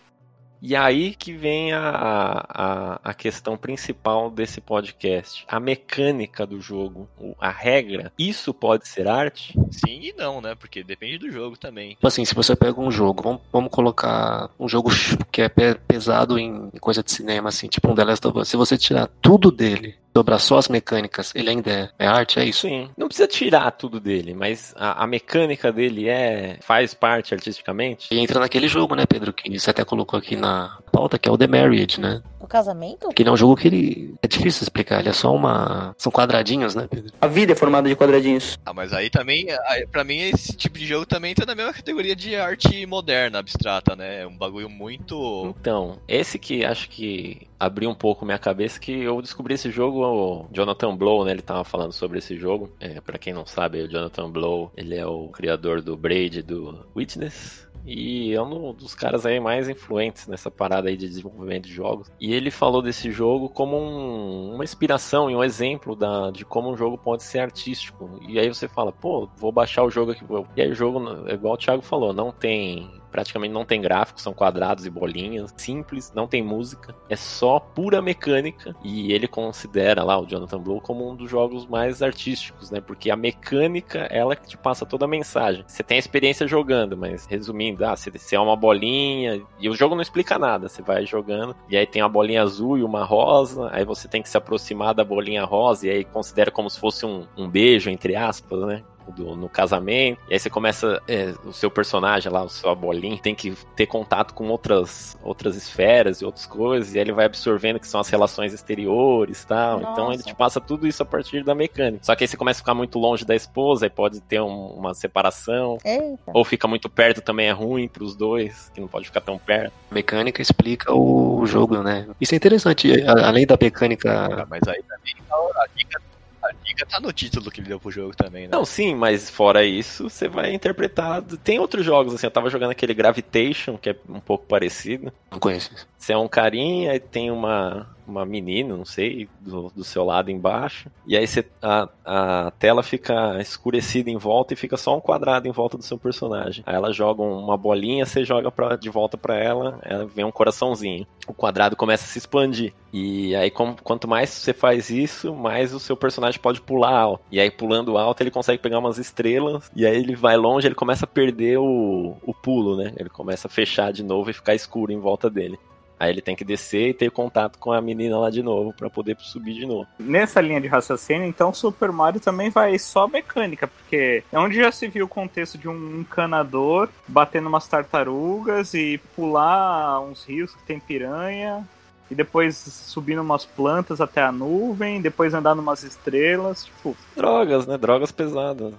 S3: E aí que vem a, a, a questão principal desse podcast: a mecânica do jogo, o- a regra. Isso pode ser arte?
S4: Sim e não, né? Porque depende do jogo também.
S1: Tipo assim, se você pega um jogo, vamos, vamos colocar um jogo que é pe- pesado em coisa de cinema, assim, tipo um The Last of Us. Se você tirar tudo dele, dobrar só as mecânicas, ele ainda é, é arte, é isso.
S3: Sim. Não precisa tirar tudo dele, mas a, a mecânica dele é faz parte artisticamente?
S1: E entra naquele jogo, né, Pedro, que você até colocou aqui na pauta, que é o The Marriage, né?
S5: O casamento?
S1: Que ele é um jogo que ele. É difícil explicar, ele é só uma. São quadradinhos, né, Pedro?
S6: A vida é formada de quadradinhos.
S4: Ah, mas aí também, aí, pra mim, esse tipo de jogo também tá na mesma categoria de arte moderna, abstrata, né? É um bagulho muito.
S3: Então, esse que acho que abriu um pouco minha cabeça, que eu descobri esse jogo, o Jonathan Blow, né? Ele tava falando sobre esse jogo. É, para quem não sabe, o Jonathan Blow, ele é o criador do Braid, do Witness. E é um dos caras aí mais influentes nessa parada aí de desenvolvimento de jogos. E ele falou desse jogo como um- uma inspiração e um exemplo da, de como um jogo pode ser artístico. E aí você fala, pô, vou baixar o jogo aqui. vou- E aí o jogo, é igual o Thiago falou, não tem praticamente não tem gráfico, são quadrados e bolinhas, simples, não tem música, é só pura mecânica. E ele considera lá o Jonathan Blow como um dos jogos mais artísticos, né? Porque a mecânica ela é que te passa toda a mensagem. Você tem a experiência jogando, mas resumindo, ah, você, você é uma bolinha e o jogo não explica nada, você vai jogando e aí tem uma bolinha azul e uma rosa, aí você tem que se aproximar da bolinha rosa e aí considera como se fosse um, um beijo, entre aspas, né? Do, no casamento. E aí você começa é, o seu personagem lá, o sua bolinha, tem que ter contato com outras outras esferas e outras coisas. E aí ele vai absorvendo que são as relações exteriores e tal.
S5: Nossa.
S3: Então ele te passa tudo isso a partir da mecânica. Só que aí você começa a ficar muito longe da esposa, aí pode ter um- uma separação.
S5: Eita.
S3: Ou fica muito perto também é ruim pros dois, que não pode ficar tão perto.
S1: A mecânica explica o jogo, né? Isso é interessante. a- Além da mecânica.
S4: Ah, mas aí também tá- a dica, a dica tá no título que ele deu pro jogo também, né?
S3: Não, sim, mas fora isso, você vai interpretar. Tem outros jogos, assim, eu tava jogando aquele Gravitation, que é um pouco parecido.
S1: Não conheço.
S3: Você é um carinha e tem uma, uma menina, não sei, do, do seu lado embaixo. E aí você, a, a tela fica escurecida em volta e fica só um quadrado em volta do seu personagem. Aí ela joga um, uma bolinha, você joga pra, de volta pra ela, ela vem um coraçãozinho. O quadrado começa a se expandir. E aí, com- quanto mais você faz isso, mais o seu personagem pode pular alto. E aí, pulando alto, ele consegue pegar umas estrelas. E aí, ele vai longe, ele começa a perder o, o pulo, né? Ele começa a fechar de novo e ficar escuro em volta dele. Aí ele tem que descer e ter contato com a menina lá de novo pra poder subir de novo.
S2: Nessa linha de raciocínio, então Super Mario também vai só mecânica, porque é onde já se viu o contexto de um encanador batendo umas tartarugas e pular uns rios que tem piranha, e depois subir umas plantas até a nuvem, depois andar numas estrelas, tipo,
S3: Drogas, né? Drogas pesadas.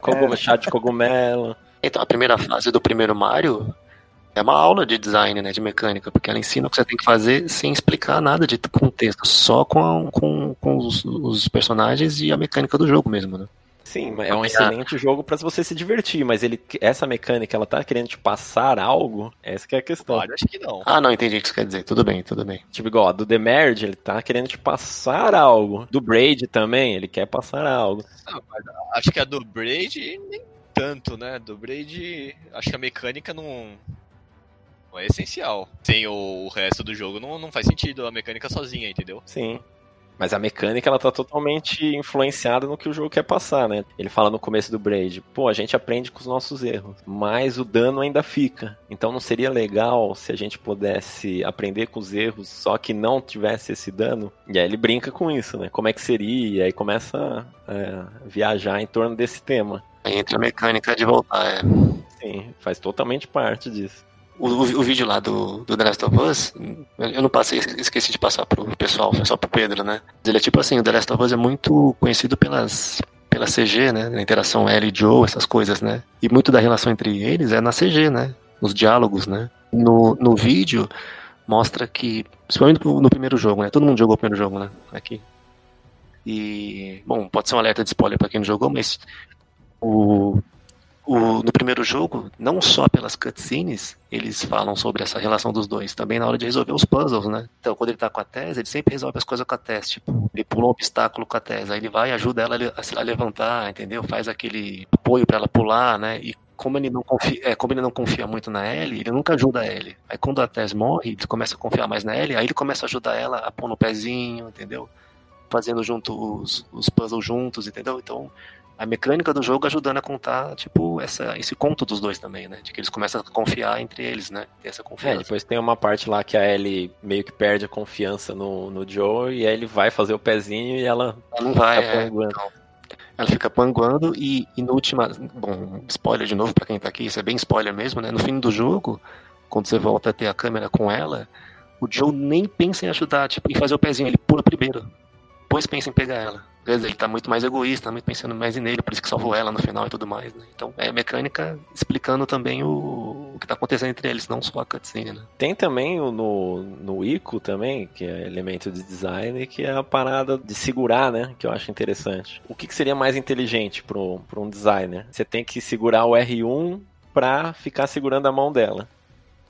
S3: Cogum- Chá de cogumelo.
S1: Então, a primeira fase do primeiro Mario é uma aula de design, né, de mecânica, porque ela ensina o que você tem que fazer sem explicar nada de contexto, só com, a- com, com os, os personagens e a mecânica do jogo mesmo, né?
S3: Sim, mas é um excelente jogo pra você se divertir, mas ele, essa mecânica, ela tá querendo te passar algo? Essa que é a questão.
S4: Claro, acho que não.
S1: Ah, não, entendi o que você quer dizer. Tudo bem, tudo bem.
S3: Tipo, igual, a do The Merge, ele tá querendo te passar algo. Do Braid também, ele quer passar algo.
S4: Ah, mas acho que a do Braid nem tanto, né? A Do Braid, acho que a mecânica não, não é essencial. Sem o, o resto do jogo não, não faz sentido a mecânica sozinha, entendeu?
S3: Sim. Mas a mecânica, ela tá totalmente influenciada no que o jogo quer passar, né? Ele fala no começo do Braid, pô, a gente aprende com os nossos erros, mas o dano ainda fica. Então não seria legal se a gente pudesse aprender com os erros, só que não tivesse esse dano? E aí ele brinca com isso, né? Como é que seria? E aí começa a é, viajar em torno desse tema.
S1: Aí entra a mecânica de voltar. é.
S3: Sim, faz totalmente parte disso.
S1: O, o- o vídeo lá do, do The Last of Us, eu eu não passei, esqueci de passar pro pessoal, foi só pro Pedro, né? Mas Ele é tipo assim, o The Last of Us é muito conhecido pelas pela CG, né? Na interação L e Joe, essas coisas, né? E muito da relação entre eles é na CG, né? Nos diálogos, né? No, no vídeo mostra que, principalmente no no primeiro jogo, né? Todo mundo jogou o primeiro jogo, né? Aqui. E, bom, pode ser um alerta de spoiler pra quem não jogou, mas o o- no primeiro jogo, não só pelas cutscenes, eles falam sobre essa relação dos dois, também na hora de resolver os puzzles, né? Então, quando ele tá com a Tess, ele sempre resolve as coisas com a Tess, tipo, ele pula um obstáculo com a Tess, aí ele vai e ajuda ela a le- a se- a levantar, entendeu? Faz aquele apoio pra ela pular, né? E como ele não confia, é, como ele não confia muito na Ellie, ele nunca ajuda a Ellie. Aí quando a Tess morre, ele começa a confiar mais na Ellie, aí ele começa a ajudar ela a pôr no pezinho, entendeu? Fazendo junto os, os puzzles juntos, entendeu? Então, a mecânica do jogo ajudando a contar, tipo, essa, esse conto dos dois também, né? De que eles começam a confiar entre eles, né? Ter essa
S3: É,
S1: confiança.
S3: depois tem uma parte lá que a Ellie meio que perde a confiança no, no Joe, e aí ele vai fazer o pezinho e ela
S1: ela não vai,
S3: fica
S1: é,
S3: panguando.
S1: ela fica panguando e, e no última, bom, spoiler de novo pra quem tá aqui, isso é bem spoiler mesmo, né? No fim do jogo, quando você volta a ter a câmera com ela, o Joe nem pensa em ajudar, tipo, em fazer o pezinho, ele pula primeiro, depois pensa em pegar ela. Quer dizer, ele tá muito mais egoísta, muito pensando mais nele, por isso que salvou ela no final e tudo mais, né? Então, é a mecânica explicando também o, o que tá acontecendo entre eles, não só a cutscene, né?
S3: Tem também o- no, no Ico também, que é elemento de design, que é a parada de segurar, né? Que eu acho interessante. O que, que seria mais inteligente para um designer? Você tem que segurar o R1 pra ficar segurando a mão dela.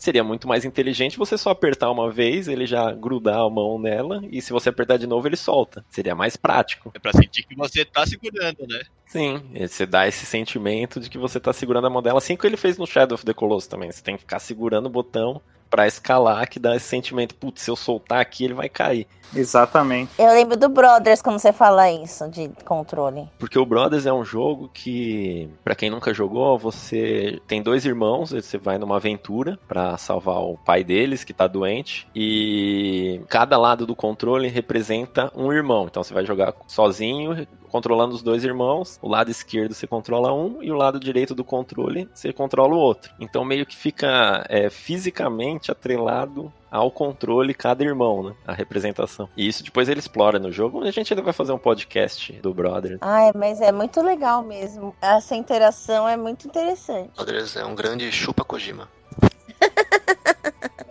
S3: Seria muito mais inteligente você só apertar uma vez, ele já grudar a mão nela, e se você apertar de novo, ele solta. Seria mais prático.
S4: É pra sentir que você tá segurando, né?
S3: Sim, e você dá esse sentimento de que você tá segurando a mão dela, assim que ele fez no Shadow of the Colossus também. Você tem que ficar segurando o botão pra escalar, que dá esse sentimento, putz, se eu soltar aqui, ele vai cair.
S2: Exatamente.
S6: Eu lembro do Brothers quando você fala isso, de controle.
S3: Porque o Brothers é um jogo que, pra quem nunca jogou, você tem dois irmãos, você vai numa aventura pra salvar o pai deles que tá doente e cada lado do controle representa um irmão. Então você vai jogar sozinho, controlando os dois irmãos. O lado esquerdo você controla um e o lado direito do controle você controla o outro. Então meio que fica é, fisicamente atrelado ao controle cada irmão, né? A representação. E isso depois ele explora no jogo. A gente ainda vai fazer um podcast do Brother.
S6: Ai, mas é muito legal mesmo. Essa interação é muito interessante.
S1: Brothers é um grande chupa Kojima.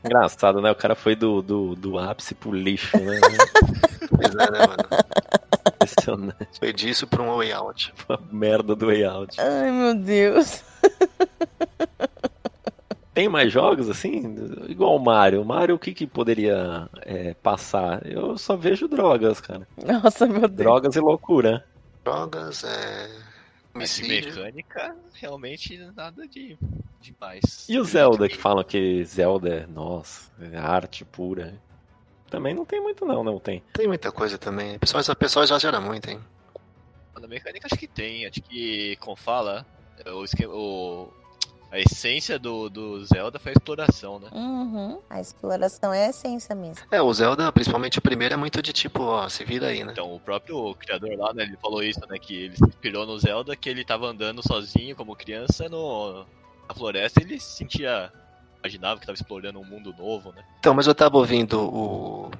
S3: Engraçado, né? O cara foi do, do, do ápice pro lixo, né?
S1: Pois é, né, *laughs* mano?
S3: Impressionante.
S1: Pedi isso pra um way out.
S3: A merda do layout.
S6: Ai, meu Deus. *laughs*
S3: Tem mais jogos assim? Igual o Mario. O Mario, o que, que poderia é, passar? Eu só vejo drogas, cara.
S6: Nossa, meu Deus.
S3: Drogas e loucura.
S1: Drogas, é.
S4: Mas de
S1: Homicídio.
S4: mecânica, realmente nada de demais.
S3: E o Zelda, que falam que Zelda é, nossa, é arte pura. Também não tem muito, não, não tem.
S1: Tem muita coisa também. O pessoal, o pessoal exagera muito, hein?
S4: Na mecânica acho que tem, acho que, como fala, é o esquema, o- a essência do, do Zelda foi a exploração, né?
S6: Uhum. A exploração é a essência mesmo.
S1: É, o Zelda, principalmente o primeiro, é muito de tipo, ó, se vira aí, né?
S4: Então, o próprio criador lá, né, ele falou isso, né, que ele se inspirou no Zelda, que ele tava andando sozinho como criança no, na floresta, ele se sentia, imaginava que tava explorando um mundo novo, né?
S1: Então, mas eu tava ouvindo o,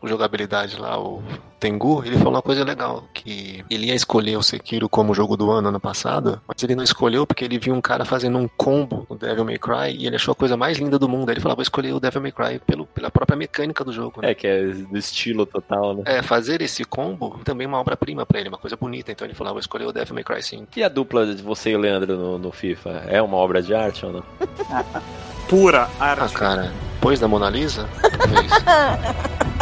S1: o jogabilidade lá, o Tengu, ele falou uma coisa legal, que ele ia escolher o Sekiro como jogo do ano ano passado, mas ele não escolheu porque ele viu um cara fazendo um combo no Devil May Cry e ele achou a coisa mais linda do mundo. Aí ele falou, "Ah, vou escolher o Devil May Cry pelo, pela própria mecânica do jogo, né?
S3: É que é do estilo total, né?
S1: É, fazer esse combo também é uma obra-prima pra ele, uma coisa bonita. Então ele falou, "Ah, vou escolher o Devil May Cry sim.
S3: E a dupla de você e o Leandro no, no FIFA? É uma obra de arte ou não?
S2: Pura
S1: Ah,
S2: arte.
S1: cara, pois da Mona Lisa? Talvez.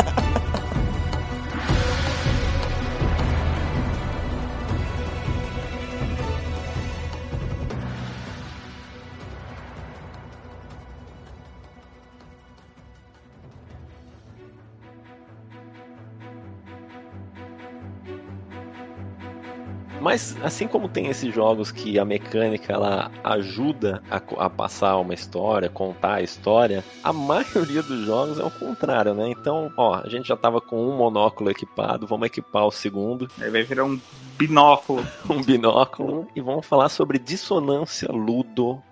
S3: Mas assim como tem esses jogos que a mecânica ela ajuda a, co- a passar uma história, contar a história, a *laughs* maioria dos jogos é o contrário, né? Então, ó, a gente já tava com um monóculo equipado, vamos equipar o segundo, *laughs*
S2: Aí vai virar um binóculo.
S3: um binóculo e vamos falar sobre dissonância ludo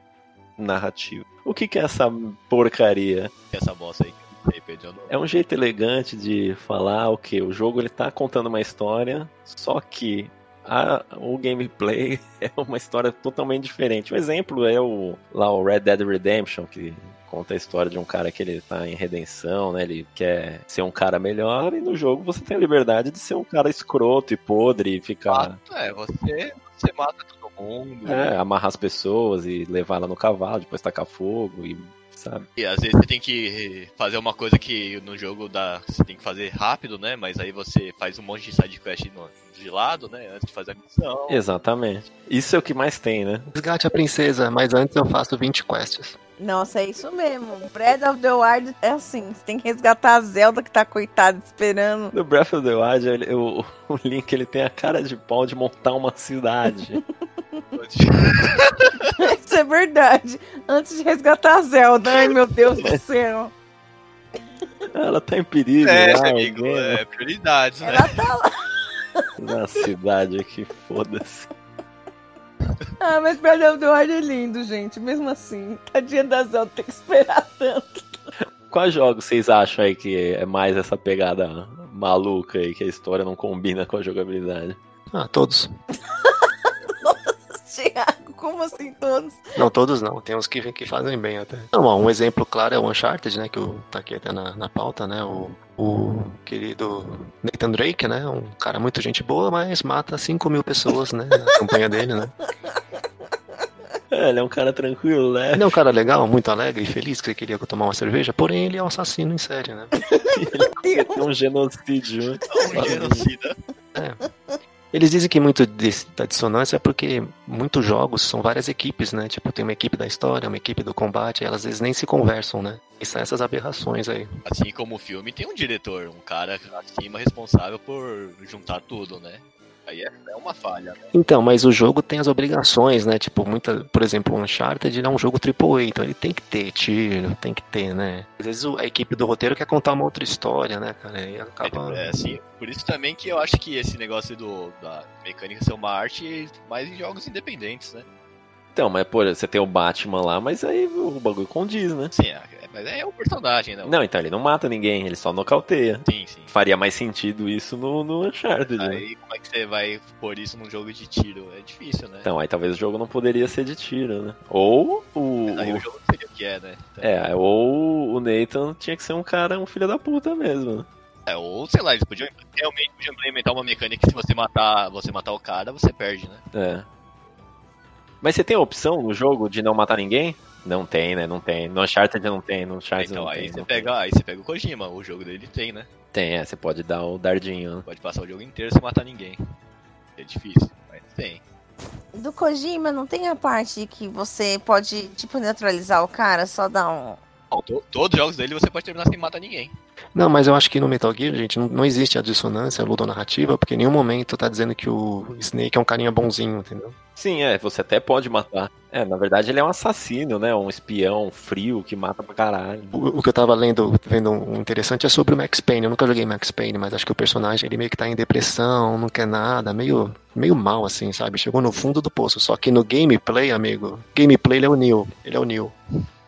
S3: narrativa. O que que é essa porcaria?
S4: Que é essa bosta aí, que eu arrependi, eu não...
S3: É um jeito elegante de falar o que o jogo ele tá contando uma história, só que a- o gameplay *laughs* é uma história totalmente diferente. Um exemplo é o lá o Red Dead Redemption que conta a história de um cara que ele tá em redenção, né? Ele quer ser um cara melhor e no jogo você tem a liberdade de ser um cara escroto e podre e ficar
S4: Fato é, você, você mata todo mundo,
S3: é, amarrar as pessoas e levar ela no cavalo, depois tacar fogo e sabe?
S4: E às vezes você tem que fazer uma coisa que no jogo dá, você tem que fazer rápido, né? Mas aí você faz um monte de side quest no- de lado, né? Antes de fazer a missão.
S3: Exatamente. Isso é o que mais tem, né?
S1: Resgate a princesa, mas antes eu faço 20 quests.
S5: Nossa, é isso mesmo.
S6: Breath of the Wild é assim, você tem que resgatar a Zelda que tá coitada esperando. *laughs*
S3: No Breath of the Wild, ele- o, o Link ele tem a cara de pau de montar uma
S4: *laughs*
S3: cidade.
S6: Isso é verdade. Antes de resgatar a Zelda. Ai, meu Deus do céu.
S3: Ela tá em perigo.
S4: É,
S3: lá,
S4: amigo,
S3: alguém,
S4: é prioridades, né?
S6: Ela tá lá.
S3: Na é cidade aqui, foda-se.
S6: Ah, mas Breath of the Wild é lindo, gente. Mesmo assim, tadinha da Zelda tem que esperar *laughs* tanto.
S3: Quais jogos vocês acham aí que é mais essa pegada maluca aí, que a história não combina com a jogabilidade?
S1: Ah, todos.
S6: Tiago, como assim todos?
S1: Não, todos não. Tem uns que, que fazem bem até. Não, ó, um exemplo claro é o Uncharted, né? Que eu, tá aqui até na, na pauta, né? O, o querido Nathan Drake, né? Um cara muito gente boa, mas mata 5 mil pessoas, né? Na campanha dele, né?
S3: É, ele é um cara tranquilo, né?
S1: Ele é um cara legal, muito alegre e feliz que você queria tomar uma cerveja, porém ele é um assassino em série, né?
S3: Ele é um genocídio. né?
S4: *laughs* Um genocida.
S1: Eles dizem que muito desse- da dissonância é porque muitos jogos são várias equipes, né? Tipo, tem uma equipe da história, uma equipe do combate, e elas às vezes nem se conversam, né? E são essas aberrações aí.
S4: Assim como o filme tem um diretor, um cara acima responsável por juntar tudo, né? Aí é, é uma falha, né?
S1: Então, mas o jogo tem as obrigações, né? Tipo, muita, por exemplo, o Uncharted ele é um jogo AAA, então ele tem que ter tiro, tem que ter, né? Às vezes o- a equipe do roteiro quer contar uma outra história, né, cara? E acaba.
S4: É, assim, por isso também que eu acho que esse negócio do, da mecânica ser uma arte mais em jogos independentes, né?
S3: Então, mas pô, você tem o Batman lá, mas aí o bagulho condiz, né?
S4: Sim, é- mas é o personagem, né?
S3: Não, então ele não mata ninguém, ele só nocauteia.
S4: Sim, sim.
S3: Faria mais sentido isso no, no Uncharted. né?
S4: Aí como é que você vai pôr isso num jogo de tiro? É difícil, né?
S3: Então, aí talvez o jogo não poderia ser de tiro, né? Ou o.
S4: Aí o jogo não seria o que é, né? Então,
S3: É, ou o Nathan tinha que ser um cara, um filho da puta mesmo. né?
S4: é, Ou, sei lá, eles podiam realmente podiam implementar uma mecânica que se você matar, você matar o cara, você perde, né?
S3: É. Mas você tem a opção no jogo de não matar ninguém? Não tem, né? Não tem. No Uncharted não tem, no Uncharted
S4: então
S3: não
S4: aí
S3: tem.
S4: você
S3: não
S4: pega, aí você pega o Kojima, o jogo dele tem, né?
S3: Tem, Tem, é, você pode dar o dardinho. né?
S4: Pode passar o jogo inteiro sem matar ninguém. É difícil, mas tem.
S5: Do Kojima, não tem a parte que você pode, tipo, neutralizar o cara, só dar um.
S4: Bom, to- Todos os jogos dele você pode terminar sem matar ninguém.
S1: Não, mas eu acho que no Metal Gear, gente, não, não existe a dissonância ludonarrativa, porque em nenhum momento tá dizendo que o Snake é um carinha bonzinho, entendeu?
S3: Sim, é, você até pode matar. É, na verdade ele é um assassino, né? Um espião frio que mata pra caralho.
S1: O, o que eu tava lendo, vendo um interessante é sobre o Max Payne. Eu nunca joguei Max Payne, mas acho que o personagem ele meio que tá em depressão, não quer nada, meio, meio mal assim, sabe? Chegou no fundo do poço. Só que no gameplay, amigo, gameplay ele é o Neo. Ele é o Neo.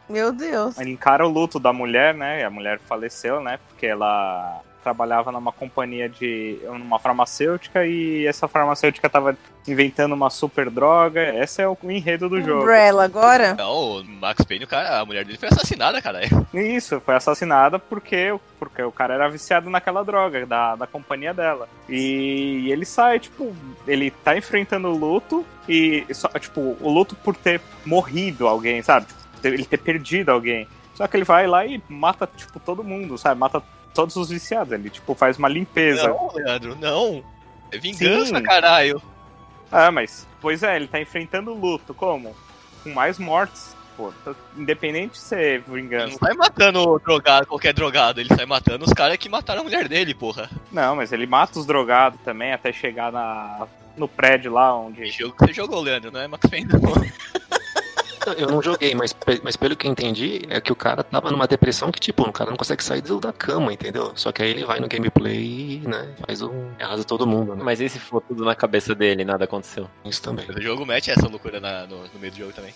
S5: Meu Deus.
S2: Ele encara o luto da mulher, né? E a mulher faleceu, né? Porque ela trabalhava numa companhia de. numa farmacêutica e essa farmacêutica tava inventando uma super droga. Esse é o enredo
S5: Um
S2: do jogo.
S5: Umbrella agora?
S4: Então, o Max Payne, o cara, a mulher dele foi assassinada, cara.
S2: *laughs* E Isso, foi assassinada porque, porque o cara era viciado naquela droga da, da companhia dela. E, ele sai, tipo, ele tá enfrentando o luto e, só, tipo, o luto por ter morrido alguém, sabe? Tipo, ter- ele ter perdido alguém. Só que ele vai lá e mata, tipo, todo mundo, sabe? Mata todos os viciados. Ele, tipo, faz uma limpeza.
S4: Não, Leandro, não. É vingança,
S2: Sim.
S4: caralho.
S2: Ah, mas, pois é, ele tá enfrentando o luto. Como? Com mais mortes. Pô, tá- independente de ser
S4: Ele
S2: vingança.
S4: não sai matando o drogado, qualquer drogado. Ele sai matando os caras que mataram a mulher dele, porra.
S2: Não, mas ele mata os drogados também até chegar na, no prédio lá
S4: Que
S2: onde.
S4: jogo que você jogou, Leandro, não é Max Payne, não.
S1: Eu não joguei, mas, pe- mas pelo que eu entendi, é que o cara tava numa depressão que, tipo, o cara não consegue sair do- da cama, entendeu? Só que aí ele vai no gameplay e, né, faz um. arrasa todo mundo, né?
S3: Mas e se for tudo na cabeça dele e nada aconteceu?
S1: Isso também.
S4: Mas o jogo mete essa loucura na- no, no meio do jogo também.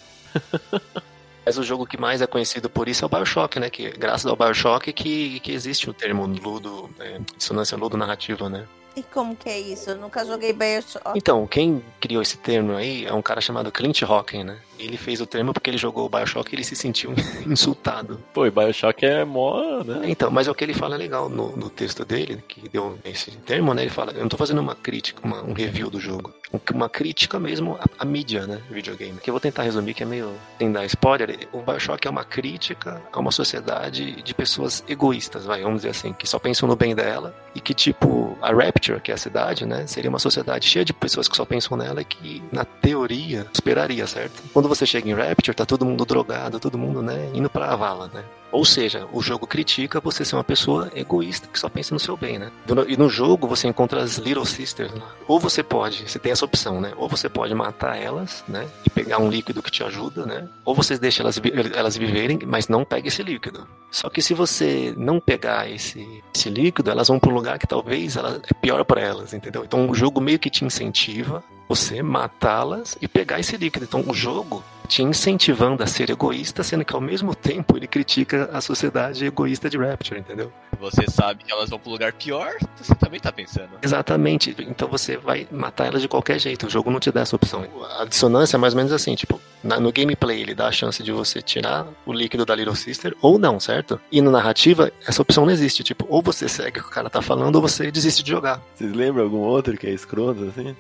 S1: Mas o jogo que mais é conhecido por isso é o Bioshock, né? Que, graças ao Bioshock que, que existe o termo ludo, é, dissonância ludo-narrativa, né?
S5: E como que é isso? Eu nunca joguei Bioshock.
S1: Então, quem criou esse termo aí é um cara chamado Clint Hocking, né? Ele fez o termo porque ele jogou o Bioshock e ele se sentiu *laughs* insultado.
S3: Pô, e Bioshock é mó, né?
S1: Então, mas é o que ele fala legal no, no texto dele, que deu esse termo, né? Ele fala, eu não tô fazendo uma crítica, uma- um review do jogo. Um- Uma crítica mesmo à, à mídia, né? Videogame. Que eu vou tentar resumir, que é meio sem dar spoiler. O Bioshock é uma crítica a uma sociedade de pessoas egoístas, vai, vamos dizer assim, que só pensam no bem dela. E que, tipo, a Rapture, que é a cidade, né? Seria uma sociedade cheia de pessoas que só pensam nela e que, na teoria, esperaria, certo? Quando você chega em Rapture, tá todo mundo drogado, todo mundo, né? Indo pra vala, né? Ou seja, o jogo critica você ser uma pessoa egoísta que só pensa no seu bem, né? Do- E no jogo você encontra as Little Sisters lá. Ou você pode, você tem essa opção, né? Ou você pode matar elas, né? E pegar um líquido que te ajuda, né? Ou você deixa elas, vi- elas viverem, mas não pega esse líquido. Só que se você não pegar esse, esse líquido, elas vão para um lugar que talvez ela, é pior para elas, entendeu? Então o jogo meio que te incentiva você matá-las e pegar esse líquido. Então o jogo te incentivando a ser egoísta, sendo que ao mesmo tempo ele critica a sociedade egoísta de Rapture, entendeu?
S4: Você sabe que elas vão pro lugar pior, você também tá pensando.
S1: Exatamente. Então você vai matar elas de qualquer jeito. O jogo não te dá essa opção. A dissonância é mais ou menos assim, tipo, na- no gameplay ele dá a chance de você tirar o líquido da Little Sister ou não, certo? E na narrativa essa opção não existe, tipo, ou você segue o que o cara tá falando ou você desiste de jogar.
S3: Vocês lembram algum outro que é escroto assim?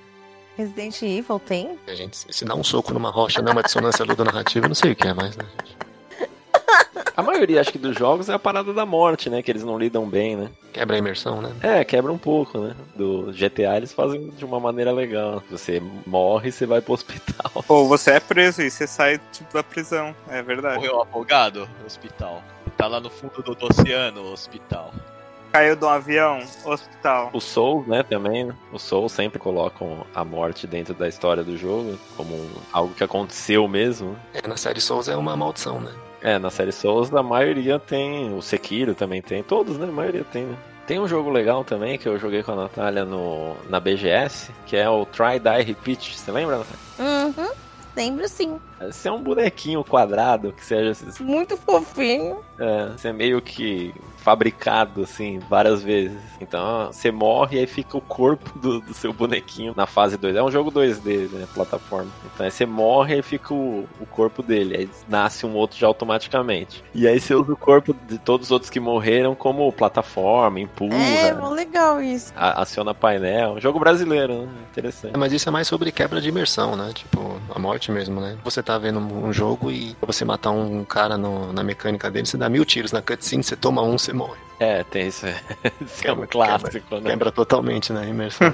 S5: Resident Evil tem?
S1: A gente, se dá um soco numa rocha, não é uma dissonância *laughs* ludonarrativa, eu não sei o que é mais, né?
S3: A maioria, acho que, dos jogos é a parada da morte, né? Que eles não lidam bem, né?
S1: Quebra a imersão, né?
S3: É, quebra um pouco, né? Do GTA eles fazem de uma maneira legal. Você morre, você vai pro hospital. *laughs*
S2: Ou você é preso e você sai tipo, da prisão, é verdade.
S4: Morreu um afogado no hospital. Tá lá no fundo do, do oceano, o hospital.
S2: Caiu de um avião,
S3: *laughs*
S2: hospital.
S3: O Soul, né, também, né? o Soul sempre colocam a morte dentro da história do jogo como um- algo que aconteceu mesmo.
S1: É, na série Souls é uma maldição, né?
S3: É, na série Souls a maioria tem, o Sekiro também tem, todos, né, a maioria tem, né? Tem um jogo legal também que eu joguei com a Natália no, na BGS, que é o Try, Die, Repeat, você lembra, Natália?
S5: Uhum. Lembro sim.
S3: Você é um bonequinho quadrado que seja
S5: Muito fofinho.
S3: É, você é meio que fabricado, assim, várias vezes. Então, você morre e aí fica o corpo do, do seu bonequinho na fase 2. É um jogo 2D, né? Plataforma. Então, aí você morre e aí fica o, o corpo dele. Aí nasce um outro já automaticamente. E aí você usa o corpo de todos os outros que morreram como plataforma, empurra,
S5: É, mó legal isso.
S3: a- aciona painel. Jogo brasileiro, né? Interessante.
S1: É, Mas isso é mais sobre quebra de imersão, né? Tipo, a morte mesmo, né? Você tá vendo um um jogo e pra você matar um cara no- na mecânica dele, você dá mil tiros na cutscene, você toma um, você morre.
S3: É, tem isso. *laughs* Isso é
S1: Quebra-
S3: um clássico, né?
S1: Quebra totalmente, né? A imersão.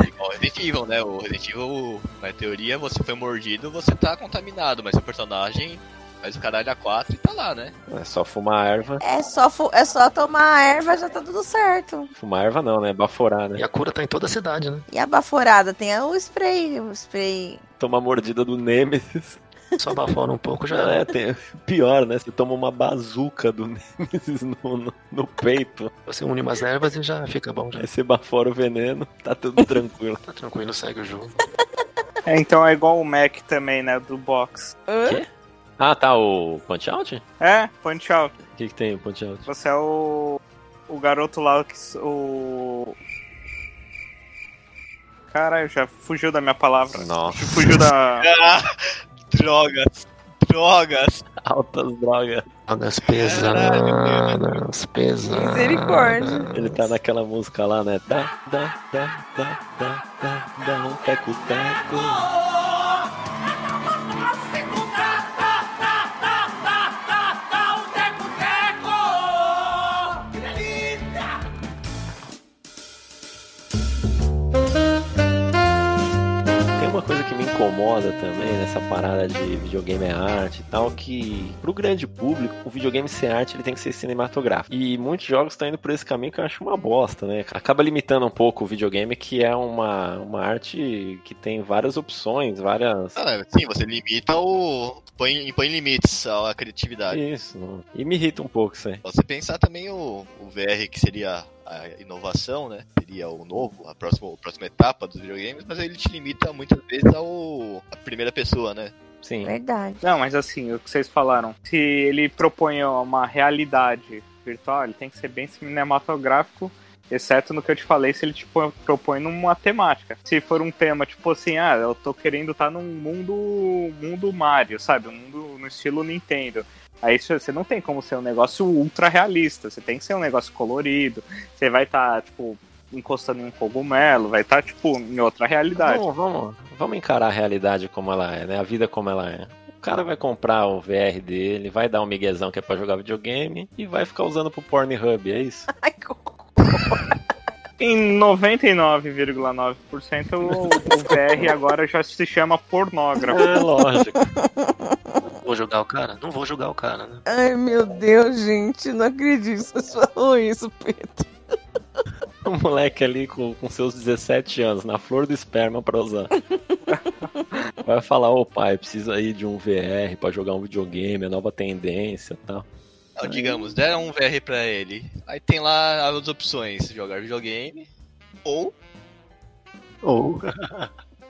S4: É igual Resident Evil, né? O Resident Evil, na teoria, você foi mordido, você tá contaminado, mas seu personagem faz o caralho a quatro e tá lá, né?
S3: É só fumar erva.
S5: É só, fu- é só tomar a erva, já tá tudo certo.
S3: Fumar erva não, né? Baforar, né?
S1: e a cura tá em toda a cidade, né?
S5: E a baforada tem o spray, o spray.
S3: Toma a mordida do Nemesis.
S1: Só abafora um pouco já.
S3: Não, é, tem- *laughs* pior, né? Você toma uma bazuca do *laughs* Nemesis no, no, no peito,
S1: Você une umas ervas e já fica bom, já.
S3: aí você bafora o veneno, tá tudo tranquilo.
S1: Tá tranquilo, segue o jogo.
S2: É, então é igual o Mac também, né? Do box.
S5: Hã?
S3: *laughs* Ah, tá, o Punch Out?
S2: É, Punch Out.
S3: O que, que tem o Punch Out?
S2: Você é o. O garoto lá que. s- O. Caralho, já fugiu da minha palavra.
S3: Nossa,
S2: Fugiu da.
S4: Ah, drogas! Drogas!
S3: *laughs* altas drogas.
S1: Drogas
S4: Caralho,
S1: pesadas, pesadas.
S6: Misericórdia.
S3: Ele tá naquela música lá, né? Dá, dá, dá, dá, dá, dá, dá um teco, teco. Tem uma coisa que me incomoda também nessa parada de videogame é arte e tal, que pro grande público, o videogame ser arte, ele tem que ser cinematográfico. E muitos jogos estão indo por esse caminho que eu acho uma bosta, né? Acaba limitando um pouco o videogame, que é uma, uma arte que tem várias opções, várias...
S4: Ah, sim, você limita o. Põe, põe limites à criatividade.
S3: Isso. E me irrita um pouco isso aí.
S4: Você pensar também o, o VR, que seria a inovação, né? Seria o novo, a próxima, a próxima etapa dos videogames, mas ele te limita muitas vezes ao a primeira pessoa, né?
S6: Ah. *laughs*
S3: Sim.
S5: Verdade.
S2: Não, mas assim, o que vocês falaram. Se ele propõe uma realidade virtual, ele tem que ser bem cinematográfico, exceto no que eu te falei, se ele te põe- propõe numa temática. Se for um tema, tipo assim, ah, eu tô querendo estar num mundo, mundo Mario, sabe? Um mundo no estilo Nintendo. Aí isso- você não tem como ser um negócio ultra realista, você tem que ser um negócio colorido, você vai estar, tipo, encostando em um cogumelo, vai estar, tipo, em outra realidade.
S3: Vamos, vamos, vamos encarar a realidade como ela é, né? A vida como ela é. O cara vai comprar o VR dele, vai dar um miguezão que é pra jogar videogame e vai ficar usando pro Pornhub, é isso?
S5: Ai, que horror.
S2: Em 99,9% o, o VR agora já se chama pornógrafo.
S3: É lógico.
S1: Vou jogar o cara? Não vou jogar o cara, né?
S6: Ai, meu Deus, gente, não acredito que você falou isso, Pedro.
S3: Um moleque ali com, com seus 17 anos, na flor do esperma pra usar. Vai falar, ô pai, precisa aí de um VR pra jogar um videogame, é nova tendência e tal.
S4: Então, digamos, deram um VR pra ele. Aí tem lá as opções: jogar videogame ou.
S1: Ou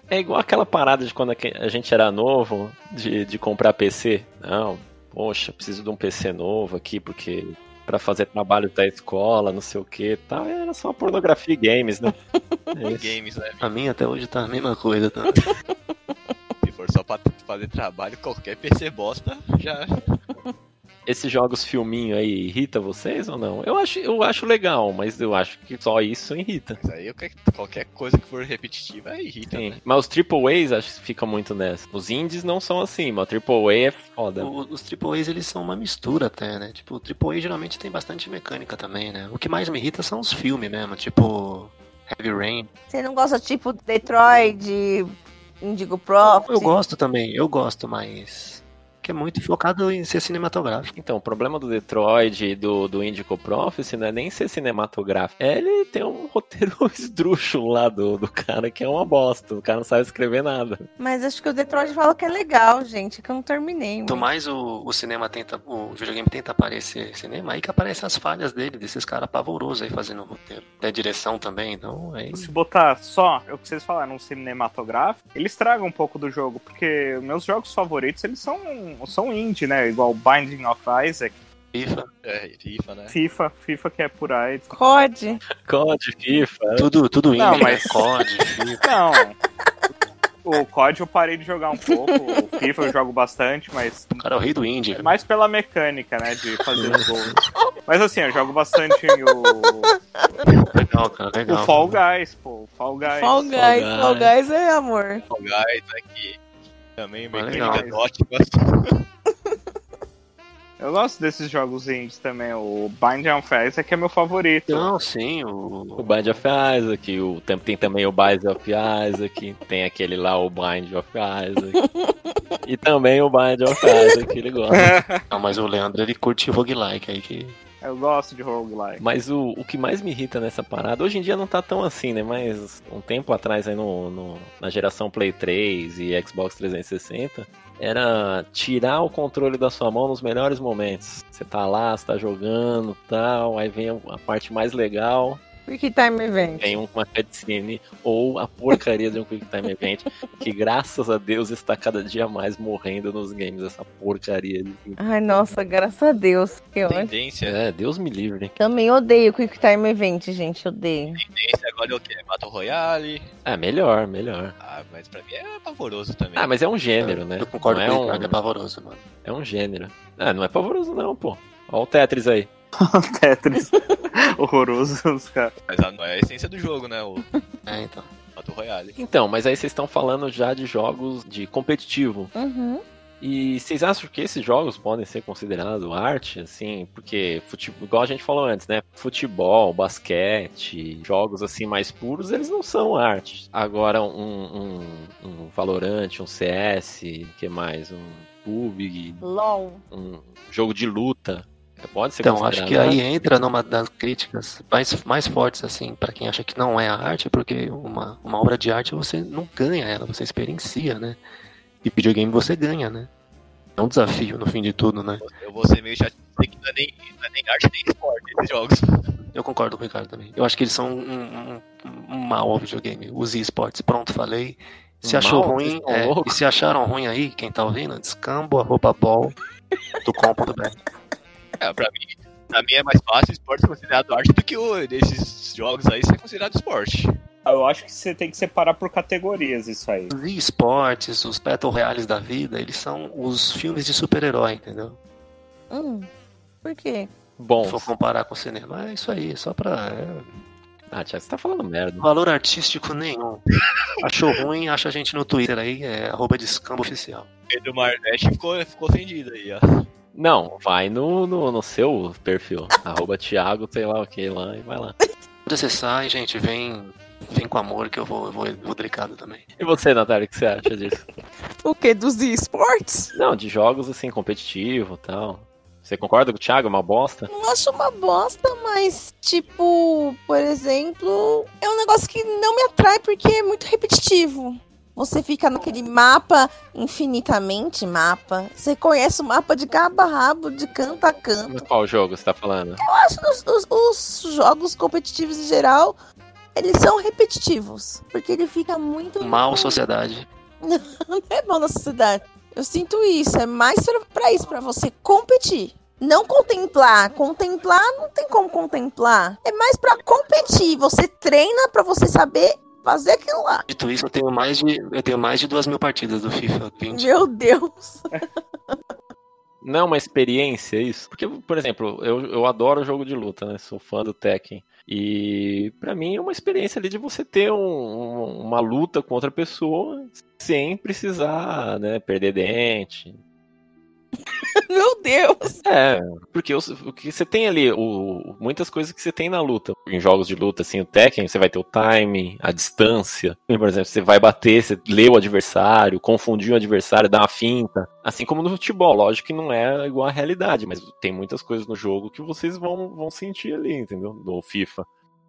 S3: É igual aquela parada de quando a gente era novo, de, de comprar PC. Não, poxa, preciso de um PC novo aqui, porque pra fazer trabalho da escola, não sei o que tal. Era só pornografia e games, né? É isso.
S4: Games, né?
S1: a minha até hoje tá a mesma coisa, tá?
S4: Se for só pra fazer trabalho, qualquer PC bosta já.
S3: Esses jogos filminho aí irrita vocês ou não? Eu acho, eu acho legal, mas eu acho que só isso irrita.
S4: Mas aí eu que- qualquer coisa que for repetitiva aí irrita,
S3: Sim.
S4: né?
S3: Mas os Triple A's acho que fica muito nessa. Os indies não são assim, mas o Triple A é foda.
S1: O- os AAAs, eles são uma mistura até, né? Tipo, o AAA geralmente tem bastante mecânica também, né? O que mais me irrita são os filmes mesmo, tipo Heavy Rain.
S5: Você não gosta, tipo, Detroit, de Indigo Prophecy?
S1: Eu gosto também, eu gosto, mas que é muito focado em ser cinematográfico.
S3: Então, o problema do Detroit e do, do Indico Prophecy não é nem ser cinematográfico. É ele tem um *laughs* roteiro esdrúxulo lá do, do cara que é uma bosta. O cara não sabe escrever nada.
S5: Mas acho que o Detroit fala que é legal, gente, que eu não terminei.
S1: Quanto
S5: mano.
S1: mais o, o cinema tenta, o videogame tenta aparecer cinema, aí que aparecem as falhas dele, desses caras pavorosos aí fazendo o roteiro. Da direção também, então é isso.
S2: Se botar só o que vocês falaram, um cinematográfico, ele estraga um pouco do jogo, porque meus jogos favoritos, eles são, são indie, né? Igual Binding of Isaac,
S1: FIFA,
S4: É, FIFA, né?
S2: FIFA, FIFA que é por aí.
S5: COD.
S3: COD, FIFA.
S1: tudo, tudo indie,
S2: Não,
S1: né?
S2: mas-
S1: COD, FIFA.
S2: Não. O COD eu parei de jogar um pouco, o FIFA eu jogo bastante, mas
S1: O cara é o rei do indie.
S2: É mais pela mecânica, né? De fazer os gols. Mas assim, eu jogo bastante o,
S1: Legal, cara,
S2: o
S1: legal.
S2: Fall Guys, pô. o Fall Guys.
S6: Fall Guys,
S3: Guys.
S6: Fall Guys é amor.
S4: Fall Guys aqui. Também
S1: Ah,
S4: mecânicas
S2: legal.
S4: ótimas.
S2: Eu gosto desses jogos indies também. O Bind on Isaac que é meu favorito.
S1: Não, sim,
S3: O
S1: o...
S3: Bind of Isaac, o, tem, tem também o Bind of Isaac, tem aquele lá, o Bind of Isaac. e também o Bind of Isaac, que ele gosta.
S1: Não, mas o Leandro, ele curte roguelike aí que...
S2: Eu gosto de
S3: *laughs*
S2: roguelike.
S3: Mas o, o que mais me irrita nessa parada, hoje em dia não tá tão assim, né? Mas um tempo atrás, aí no, no- na geração Play 3 e Xbox 360, era tirar o controle da sua mão nos melhores momentos. Você tá lá, você tá jogando tal, aí vem a parte mais legal,
S6: Quick Time Event.
S3: vem uma cutscene ou a porcaria de um Quick Time Event, que graças a Deus está cada dia mais morrendo nos games, essa porcaria. De...
S6: Ai, nossa, graças a Deus. Que ótimo.
S4: Tendência.
S3: É, Deus me livre.
S5: Também odeio Quick Time Event, gente, odeio.
S4: Tendência agora é o quê? Battle Royale.
S3: É, melhor, melhor.
S4: Ah, mas pra mim é pavoroso também.
S3: Ah, mas é um gênero, né?
S1: Eu concordo
S3: não é
S1: com o
S3: um-
S1: Ricardo, é pavoroso, mano.
S3: É um gênero. Ah, não é pavoroso não, pô. Olha o Tetris aí.
S2: Tetris. Horroroso, os caras.
S4: Mas ah, não é a essência do jogo, né? O
S1: É, então.
S4: Battle Royale.
S3: Então, mas aí vocês estão falando já de jogos de competitivo.
S5: Uhum.
S3: E vocês acham que esses jogos podem ser considerados arte, assim? Porque, fute- igual a gente falou antes, né? Futebol, basquete, jogos assim mais puros, eles não são arte. Agora, um, um, um Valorant, um CS, o que mais? Um PUBG,
S5: LOL.
S3: um jogo de luta. é, Pode ser
S1: Então, acho
S3: considerado
S1: que
S3: arte?
S1: aí entra numa das críticas mais, mais fortes, assim, pra quem acha que não é arte, porque uma, uma obra de arte você não ganha ela, você experiencia, né? E videogame você ganha, né? É um desafio no fim de tudo, né?
S4: Eu vou ser meio chato de dizer que não é nem, não é nem arte nem esporte esses jogos.
S1: Eu concordo com o Ricardo também. Eu acho que eles são um, um, um mal ao videogame, os esportes. Pronto, falei. Se
S3: Um
S1: achou
S3: mal? Vocês
S1: ruim,
S3: estão
S1: é, e
S3: loucos?
S1: se acharam ruim aí, quem tá ouvindo, descambo, arroba bol, do compo.br.
S4: É, pra mim. Pra mim é mais fácil esporte ser considerado arte do que o, esses jogos aí ser considerado esporte.
S2: Eu acho que você tem que separar por categorias isso aí.
S1: Os esportes, os battle royales da vida, eles são os filmes de super-herói, entendeu?
S5: Hum. Por quê?
S3: Bom,
S1: Se for comparar com o cinema, é isso aí, só pra... é,
S3: ah, Thiago, você tá falando merda.
S1: valor artístico nenhum. Achou ruim, acha a gente no Twitter aí, é arroba descambo oficial.
S4: Pedro Marnetti ficou, ficou ofendido aí, ó.
S3: Não, vai no, no, no seu
S1: *laughs*
S3: perfil, arroba Thiago, sei lá o que lá, e vai lá.
S1: Pode acessar e, gente, vem, vem com amor que eu vou, eu vou, eu vou dricado também.
S3: E você, Natália, o que você acha disso?
S6: O que? Dos esportes?
S3: Não, de jogos assim, competitivo e tal. Você concorda com o Thiago? É uma bosta?
S5: Não acho uma bosta, mas, tipo, por exemplo, é um negócio que não me atrai porque é muito repetitivo. Você fica naquele mapa infinitamente mapa. Você conhece o mapa de cabo a rabo, de canto a canto.
S3: Qual jogo você tá falando?
S5: Eu acho que os, os- os jogos competitivos em geral, eles são repetitivos. Porque ele fica muito.
S1: Mal sociedade.
S5: Não *laughs* é bom na sociedade. Eu sinto isso. É mais pra- pra isso, pra você competir. Não contemplar. Contemplar não tem como contemplar. É mais pra competir. Você treina pra você saber fazer aquilo lá.
S1: Dito isso, eu tenho mais de, eu tenho mais de duas mil partidas do FIFA 20.
S5: Meu Deus.
S3: não é uma experiência isso? Porque, por exemplo, eu, eu adoro jogo de luta, né? Sou fã do Tekken. E pra mim é uma experiência ali de você ter um- um- uma luta com outra pessoa sem precisar, né, perder dente.
S5: *laughs* Meu Deus!
S3: É, porque os- o, que você tem ali, o- muitas coisas que você tem na luta. Em jogos de luta, assim, o Tekken, você vai ter o time, a distância. Por exemplo, você vai bater, você lê o adversário, confundir o adversário, dá uma finta. Assim como no futebol, lógico que não é igual à realidade, mas tem muitas coisas no jogo que vocês vão, vão sentir ali, entendeu? No FIFA.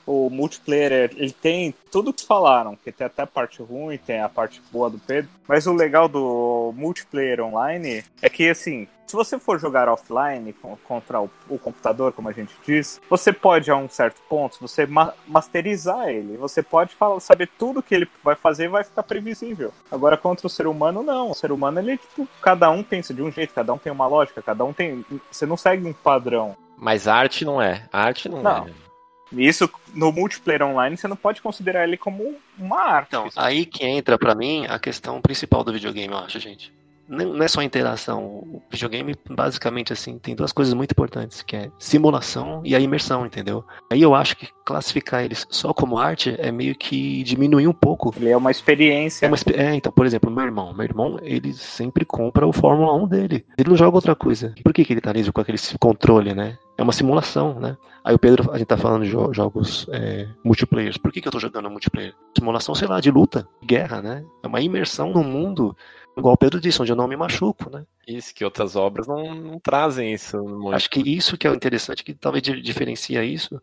S2: o multiplayer, é, ele tem tudo que falaram, que tem até a parte ruim, tem a parte boa do Pedro, mas o legal do multiplayer online é que, assim, se você for jogar offline co- contra o, o computador, como a gente diz, você pode, a um certo ponto, você ma- masterizar ele, você pode falar, saber tudo que ele vai fazer e vai ficar previsível. Agora, contra o ser humano, não. O ser humano, ele, tipo, cada um pensa de um jeito, cada um tem uma lógica, cada um tem... Você não segue um padrão.
S3: Mas arte não é. Arte não,
S2: Não.
S3: é.
S2: Isso no multiplayer online você não pode considerar ele como uma arte.
S1: Então, aí que entra pra mim a questão principal do videogame, eu acho, gente. Não não é só a interação. O videogame, basicamente, assim, tem duas coisas muito importantes, que é simulação e a imersão, entendeu? Aí eu acho que classificar eles só como arte é meio que diminuir um pouco.
S2: Ele é uma experiência.
S1: É, uma expe- é, então, por exemplo, meu irmão. Meu irmão, ele sempre compra o Fórmula 1 dele. Ele não joga outra coisa. Por que, que ele tá liso com aquele controle, né? É uma simulação, né? Aí o Pedro, a gente tá falando de jo- jogos é, multiplayers. Por que, que eu tô jogando multiplayer? Simulação, sei lá, de luta, guerra, né? É uma imersão no mundo, igual o Pedro disse, onde eu não me machuco, né?
S3: Isso que outras obras não, não trazem isso muito.
S1: Acho que isso que é o interessante, que talvez di- diferencia isso.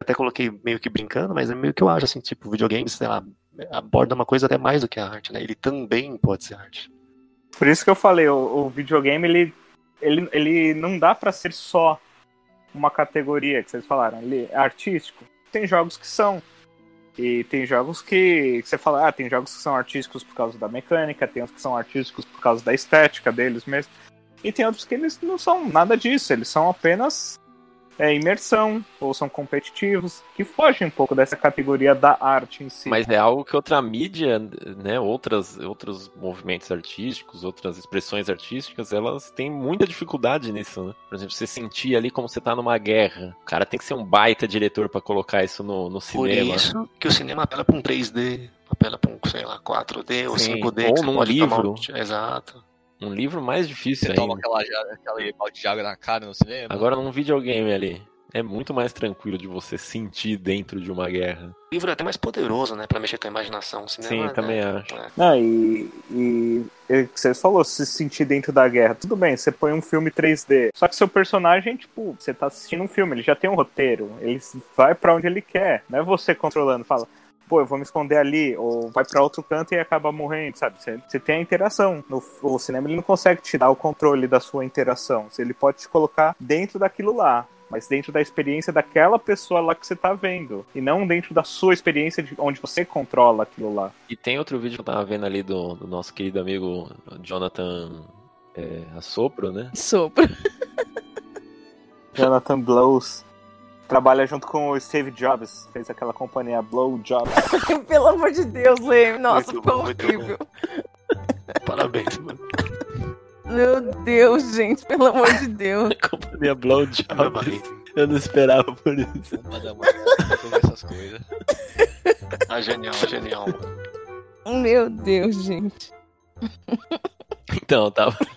S1: Até coloquei meio que brincando, mas é meio que eu acho, assim, tipo, videogames, sei lá, aborda uma coisa até mais do que a arte, né? Ele também pode ser arte.
S2: Por isso que eu falei, o, o videogame ele, ele, ele não dá pra ser só uma categoria que vocês falaram. Ele é artístico. Tem jogos que são. E tem jogos que, que você fala, ah, tem jogos que são artísticos por causa da mecânica, tem outros que são artísticos por causa da estética deles mesmo. E tem outros que eles não são nada disso, eles são apenas é, imersão, ou são competitivos, que fogem um pouco dessa categoria da arte em si.
S3: Mas é algo que outra mídia, né, outras, outros movimentos artísticos, outras expressões artísticas, elas têm muita dificuldade nisso, né? Por exemplo, você sentir ali como você tá numa guerra. O cara tem que ser um baita diretor pra colocar isso no, no
S1: Por
S3: cinema.
S1: isso que o cinema apela pra um 3D, apela pra um, sei lá, 4D ou
S3: Sim,
S1: 5D.
S3: ou
S1: que você
S3: num
S1: pode tomar
S3: livro.
S1: um ti- Exato.
S3: Um livro mais
S4: Você tá
S3: difícil
S4: toma
S3: ainda.
S4: aquela, ja- aquela balde de água na cara no cinema.
S3: Agora num videogame ali. É muito mais tranquilo de você sentir dentro de uma guerra.
S1: O livro é até mais poderoso, né? Pra mexer com a imaginação. O cinema,
S3: Sim,
S1: né?
S3: também acho.
S1: É.
S2: Não, e, e, e o que você falou, se sentir dentro da guerra. Tudo bem, você põe um filme 3D. Só que seu personagem, tipo, você tá assistindo um filme, ele já tem um roteiro. Ele vai pra onde ele quer. Não é você controlando, fala, pô, eu vou me esconder ali, ou vai pra outro canto e acaba morrendo, sabe? Você, você tem a interação. No, o cinema ele não consegue te dar o controle da sua interação. Ele pode te colocar dentro daquilo lá. Mas dentro da experiência daquela pessoa lá que você tá vendo. E não dentro da sua experiência de onde você controla aquilo lá.
S3: E tem outro vídeo que eu tava vendo ali do, do nosso querido amigo Jonathan é, Assopro, né? *laughs*
S5: *laughs* Sopro.
S2: Jonathan Blows. Trabalha junto com o Steve Jobs. Fez aquela companhia Blow Jobs.
S6: Pelo amor de Deus, Leme.
S5: Nossa,
S1: Muito
S5: foi
S1: bom, muito
S5: horrível.
S1: Parabéns, mano.
S6: Meu Deus, gente. Pelo amor de
S1: *laughs*
S6: Deus.
S3: Companhia Blonde.
S1: Meu marido.
S3: Eu não esperava por isso.
S4: Uma da manhã, eu ver essas coisas.
S1: Ah, genial, genial. mano.
S6: Meu Deus, gente.
S3: Então, eu tava. *laughs*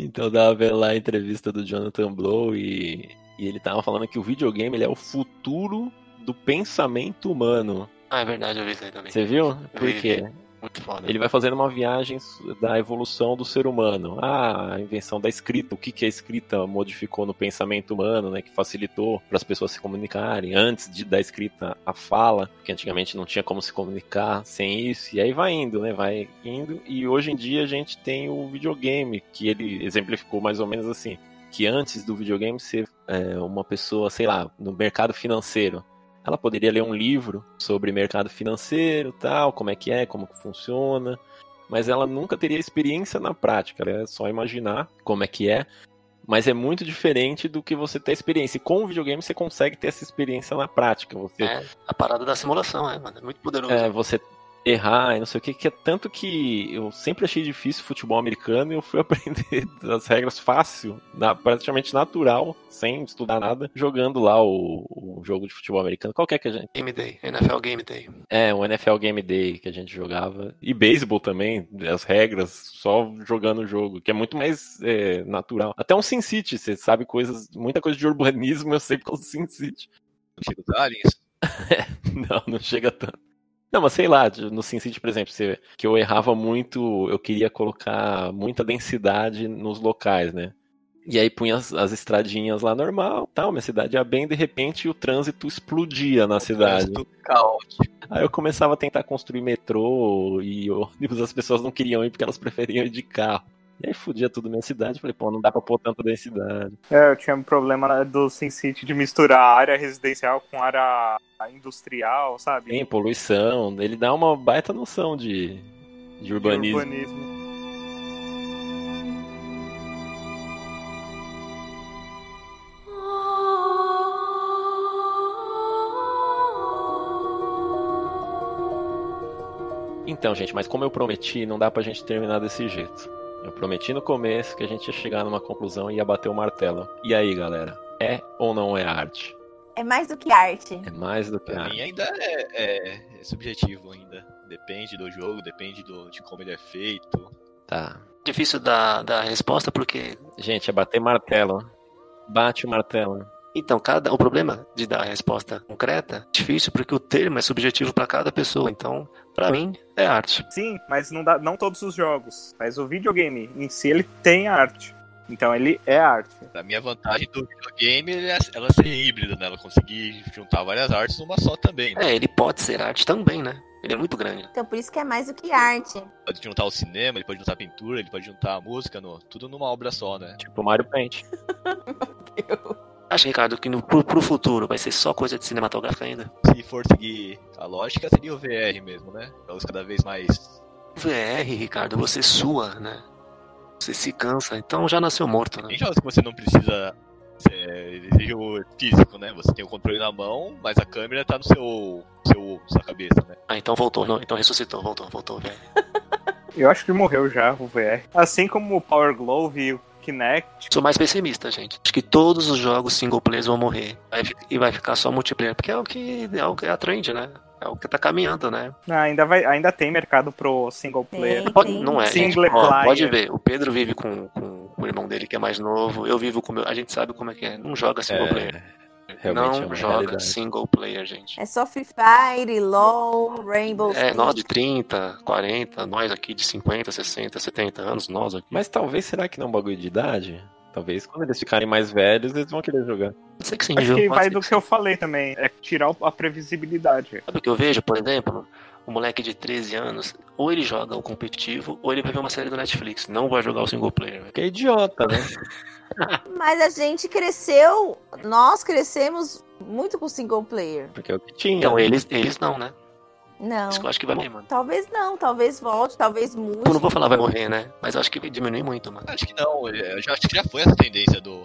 S3: Então, eu tava vendo lá a entrevista do Jonathan Blow e... e ele tava falando que o videogame ele é o futuro do pensamento humano.
S1: Ah, é verdade, eu vi isso aí também.
S3: Você viu? Por
S1: Vi.
S3: quê?
S1: Muito foda.
S3: Ele vai fazendo uma viagem da evolução do ser humano. Ah, a invenção da escrita, o que, que a escrita modificou no pensamento humano, né? Que facilitou para as pessoas se comunicarem. Antes de, da escrita, a fala, que antigamente não tinha como se comunicar sem isso. E aí vai indo, né? Vai indo. E hoje em dia a gente tem o videogame, que ele exemplificou mais ou menos assim. Que antes do videogame ser é, uma pessoa, sei lá, no mercado financeiro ela poderia ler um livro sobre mercado financeiro, tal, como é que é, como que funciona, mas ela nunca teria experiência na prática, ela é só imaginar como é que é, mas é muito diferente do que você ter experiência. E com o videogame você consegue ter essa experiência na prática, você
S1: É, a parada da simulação, é, mano. É muito poderoso.
S3: é, você errar e não sei o que, que é tanto que eu sempre achei difícil futebol americano e eu fui *laughs* aprender as regras fácil, na- praticamente natural, sem estudar nada, jogando lá o, o jogo de futebol americano, qualquer que a gente.
S1: Game Day, NFL Game Day.
S3: É, o NFL Game Day que a gente jogava. E beisebol também, as regras, só jogando o jogo, que é muito mais é, natural. Até um Sin City, você sabe coisas, muita coisa de urbanismo eu sei por causa do Sin City. *laughs*
S4: Chega os aliens.
S3: Não, não chega tanto. Não, mas sei lá, de- no SimCity, por exemplo, você- que eu errava muito, eu queria colocar muita densidade nos locais, né? E aí punha as, as estradinhas lá normal, tal, minha cidade ia bem, de repente o trânsito explodia na cidade.
S4: Trânsito caótico.
S3: Aí eu começava a tentar construir metrô e ônibus, as pessoas não queriam ir porque elas preferiam ir de carro. E aí fudia tudo minha cidade, falei, pô, não dá pra pôr tanta densidade.
S2: É, eu tinha um problema do Sin City de misturar a área residencial com a área industrial, sabe?
S3: Tem poluição, ele dá uma baita noção de, de
S2: De
S3: urbanismo.
S2: urbanismo.
S3: Então, gente, mas como eu prometi, não dá pra gente terminar desse jeito. Eu prometi no começo que a gente ia chegar numa conclusão e ia bater o martelo. E aí, galera? É ou não é arte?
S7: É mais do que arte.
S3: É mais do que
S4: Pra mim
S3: arte.
S4: ainda é, é- é subjetivo ainda. Depende do jogo, depende do, de como ele é feito.
S3: Tá.
S1: Difícil dar, dar resposta porque
S3: Gente, é bater martelo. Bate o martelo.
S1: Então, cada, o problema de dar a resposta concreta é difícil porque o termo é subjetivo para cada pessoa. Então, para mim, é arte.
S2: Sim, mas não, dá, não todos os jogos. Mas o videogame em si, ele tem arte. Então ele é arte.
S4: A minha vantagem do videogame ele é ela ser híbrida, né? Ela conseguir juntar várias artes numa só também, né?
S1: É, ele pode ser arte também, né? Ele é muito grande.
S7: Então por isso que é mais do que arte.
S4: Pode juntar o cinema, ele pode juntar a pintura, ele pode juntar a música, no, tudo numa obra só, né?
S3: Tipo Mario Paint.
S1: Acha, Ricardo, que no, pro, pro futuro vai ser só coisa de cinematográfica ainda?
S4: Se for seguir a lógica, seria o VR mesmo, né? Jogos cada vez mais.
S1: VR, Ricardo, você sua, né? Você se cansa, então já nasceu morto, né?
S4: Tem jogos que você não precisa é, exigir o físico, né? Você tem o controle na mão, mas a câmera tá no seu, seu sua cabeça, né?
S1: Ah, então voltou, não, então ressuscitou, voltou, voltou, velho.
S2: Eu acho que morreu já o VR. Assim como o Power Glove e o Kinect.
S1: Sou mais pessimista, gente. Acho que todos os jogos single players vão morrer Vai fi- e vai ficar só multiplayer, porque é o que é, o que é a trend, né? É o que tá caminhando, né?
S2: Ah, ainda, vai, ainda tem mercado pro single player.
S7: Tem,
S1: Pode-
S7: tem.
S1: não é. gente.
S2: Single
S1: Ó,
S2: player.
S1: pode ver, o Pedro vive com, com o irmão dele que é mais novo, eu vivo com o meu. A gente sabe como é que é. Não joga single player.
S3: realmente é
S1: Não
S3: uma
S1: joga
S3: realidade.
S1: single player, gente.
S7: É só Free Fire, LOL, Rainbow
S1: É,
S7: Six.
S1: nós de 30, 40, nós aqui de 50, 60, 70 anos, nós aqui.
S3: Mas talvez, será que não é um bagulho de idade? Talvez quando eles ficarem mais velhos, eles vão querer jogar.
S1: Pode ser que sim,
S2: Acho
S1: viu?
S2: que
S1: Pode
S2: vai
S1: ser
S2: do
S1: sim.
S2: que eu falei também. É tirar o- a previsibilidade.
S1: Sabe o que eu vejo, por exemplo? Um moleque de 13 anos, ou ele joga o competitivo, ou ele vai ver uma série do Netflix. Não vai jogar o single player. velho.
S3: Porque é idiota, né?
S7: Mas a gente cresceu, nós crescemos muito com single player.
S3: Porque é o que tinha.
S1: Então, eles, eles não, né?
S7: Não.
S1: Isso que eu acho que vai morrer, mano.
S7: Talvez não, talvez volte, talvez
S1: Eu não
S7: mude.
S1: vou falar vai morrer, né? Mas eu acho que vai diminuir muito, mano.
S4: Acho que não, é, eu já- acho que já foi essa tendência do.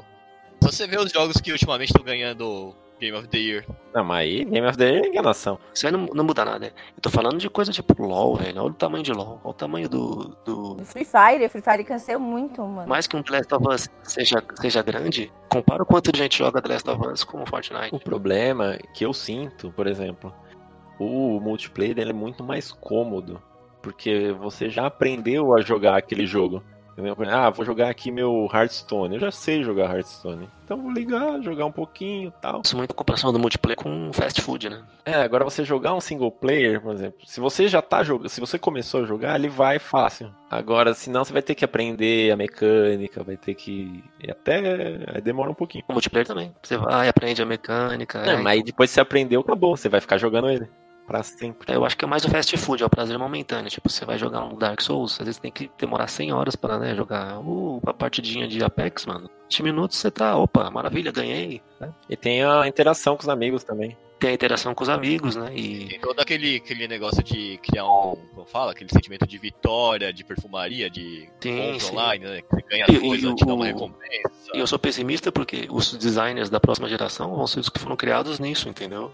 S4: Se você vê os jogos que ultimamente estão ganhando Game of the Year,
S3: Não, mas aí Game of the Year é enganação.
S1: Isso aí não, não muda nada. é. Eu tô falando de coisa tipo LOL, velho. Olha o tamanho de LOL. Olha o tamanho do. do...
S7: O Free Fire, o Free Fire cresceu muito, mano.
S1: Mais que um The Last of Us seja, seja grande, compara o quanto de gente joga The Last of Us com o Fortnite.
S3: O problema que eu sinto, por exemplo, o multiplayer ele é muito mais cômodo, porque você já aprendeu a jogar aquele jogo. entendeu? Ah, vou jogar aqui meu Hearthstone. Eu já sei jogar Hearthstone. Então vou ligar, jogar um pouquinho tal.
S1: Isso muito comparação do multiplayer com fast food, né?
S3: É, agora você jogar um single player, por exemplo, se você já tá jogando, se você começou a jogar, ele vai fácil. Agora, senão você vai ter que aprender a mecânica, vai ter que. e Até. Aí demora um pouquinho.
S1: O multiplayer também. Você vai, aprende a mecânica. é,
S3: Não,
S1: aí-
S3: mas aí depois que você aprendeu, acabou. Você vai ficar jogando ele. Pra sempre.
S1: Eu acho que é mais o fast food, é o prazer momentâneo. Tipo, você vai jogar um Dark Souls, às vezes tem que demorar 100 horas pra né, jogar uh, a partidinha de Apex, mano. 20 minutos você tá, opa, maravilha, ganhei.
S3: E tem a interação com os amigos também.
S1: Tem a interação com os amigos, né? E
S4: tem todo aquele, aquele negócio de criar um. Como fala? Aquele sentimento de vitória, de perfumaria, de
S1: Sim,
S4: compra
S1: sim.
S4: online, né? Que você ganha
S1: E o-
S4: coisa,
S1: e
S4: te
S1: o-
S4: dá uma recompensa.
S1: e eu sou pessimista porque os designers da próxima geração vão ser os que foram criados nisso, entendeu?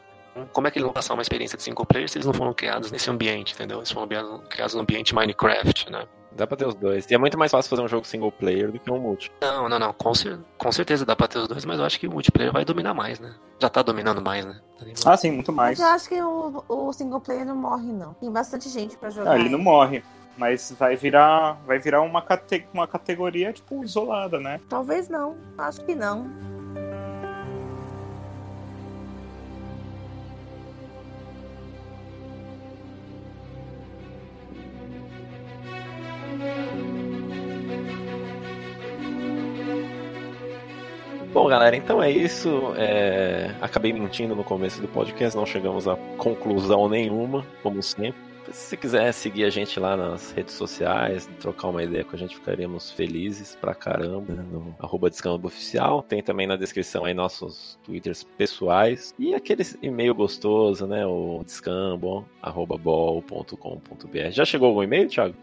S1: Como é que eles vão passar uma experiência de single player se eles não foram criados nesse ambiente, entendeu? Eles foram criados- criados no ambiente Minecraft, né?
S3: Dá pra ter os dois. E é muito mais fácil fazer um jogo single player do que um multi.
S1: Não, não, não. Com, cer- com certeza dá pra ter os dois, mas eu acho que o multiplayer vai dominar mais, né? Já tá dominando mais, né? Tá ligado?
S2: Ah, sim, muito
S7: Mas
S2: mais.
S7: eu acho que o, o single player não morre, não. Tem bastante gente pra jogar.
S2: Ah, ele não morre. Mas vai virar, vai virar uma, cate- uma categoria, tipo, isolada, né?
S7: Talvez não. Acho que não.
S3: Bom, galera, então é isso. É, Acabei mentindo no começo do podcast, não chegamos a conclusão nenhuma, como sempre. Se você quiser seguir a gente lá nas redes sociais, trocar uma ideia com a gente, ficaríamos felizes pra caramba. né, No arroba Descambo Oficial. Tem também na descrição aí nossos twitters pessoais. E aquele e-mail gostoso, né? O descambo, arroba bol.com.br. Já chegou algum e-mail, Thiago?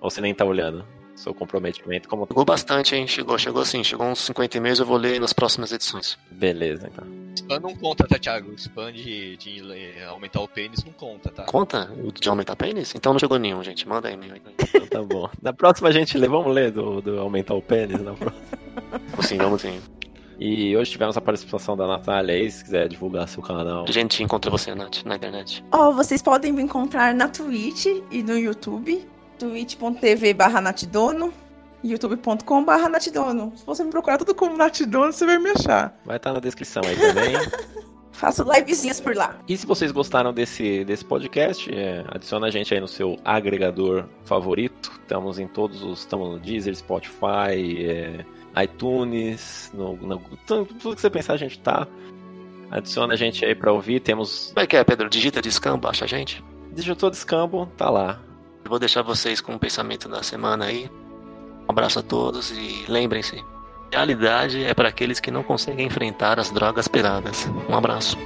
S3: Ou você nem tá olhando? Seu comprometimento como... tá?
S1: Chegou bastante, hein? Chegou, chegou sim. Chegou uns 50 e-mails, eu vou ler nas próximas edições.
S3: Beleza, então.
S4: Spam não conta, tá, Thiago? Spam de, de, eh, aumentar o pênis não conta, tá?
S1: Conta o de aumentar pênis? Então não chegou nenhum, gente. Manda e-mail aí.
S3: Então tá bom. Na próxima a gente lê, vamos ler do, do aumentar o pênis na próxima.
S1: Vamos Sim, vamos sim.
S3: E hoje tivemos a participação da Natália aí, se quiser divulgar seu canal.
S1: A gente encontra você, Nath, na internet.
S5: Ó, vocês podem me encontrar na Twitch e no YouTube. twitch.tv barra natidono youtube.com barra natidono. Se você me procurar tudo como natidono, você vai me achar.
S3: Vai estar na descrição aí também.
S5: Faço livezinhas por lá.
S3: E se vocês gostaram desse, desse podcast, é, adiciona a gente aí no seu agregador favorito. Estamos em todos os. Estamos no Deezer, Spotify, é, iTunes, no, no- tudo tudo que você pensar a gente tá. Adiciona a gente aí pra ouvir. Temos.
S1: Como é que é, Pedro? Digita descambo, acha a gente.
S3: Digitou Descambo, tá lá.
S1: Eu vou deixar vocês com o pensamento da semana aí. Um abraço a todos e lembrem-se: realidade é para aqueles que não conseguem enfrentar as drogas piradas. Um abraço.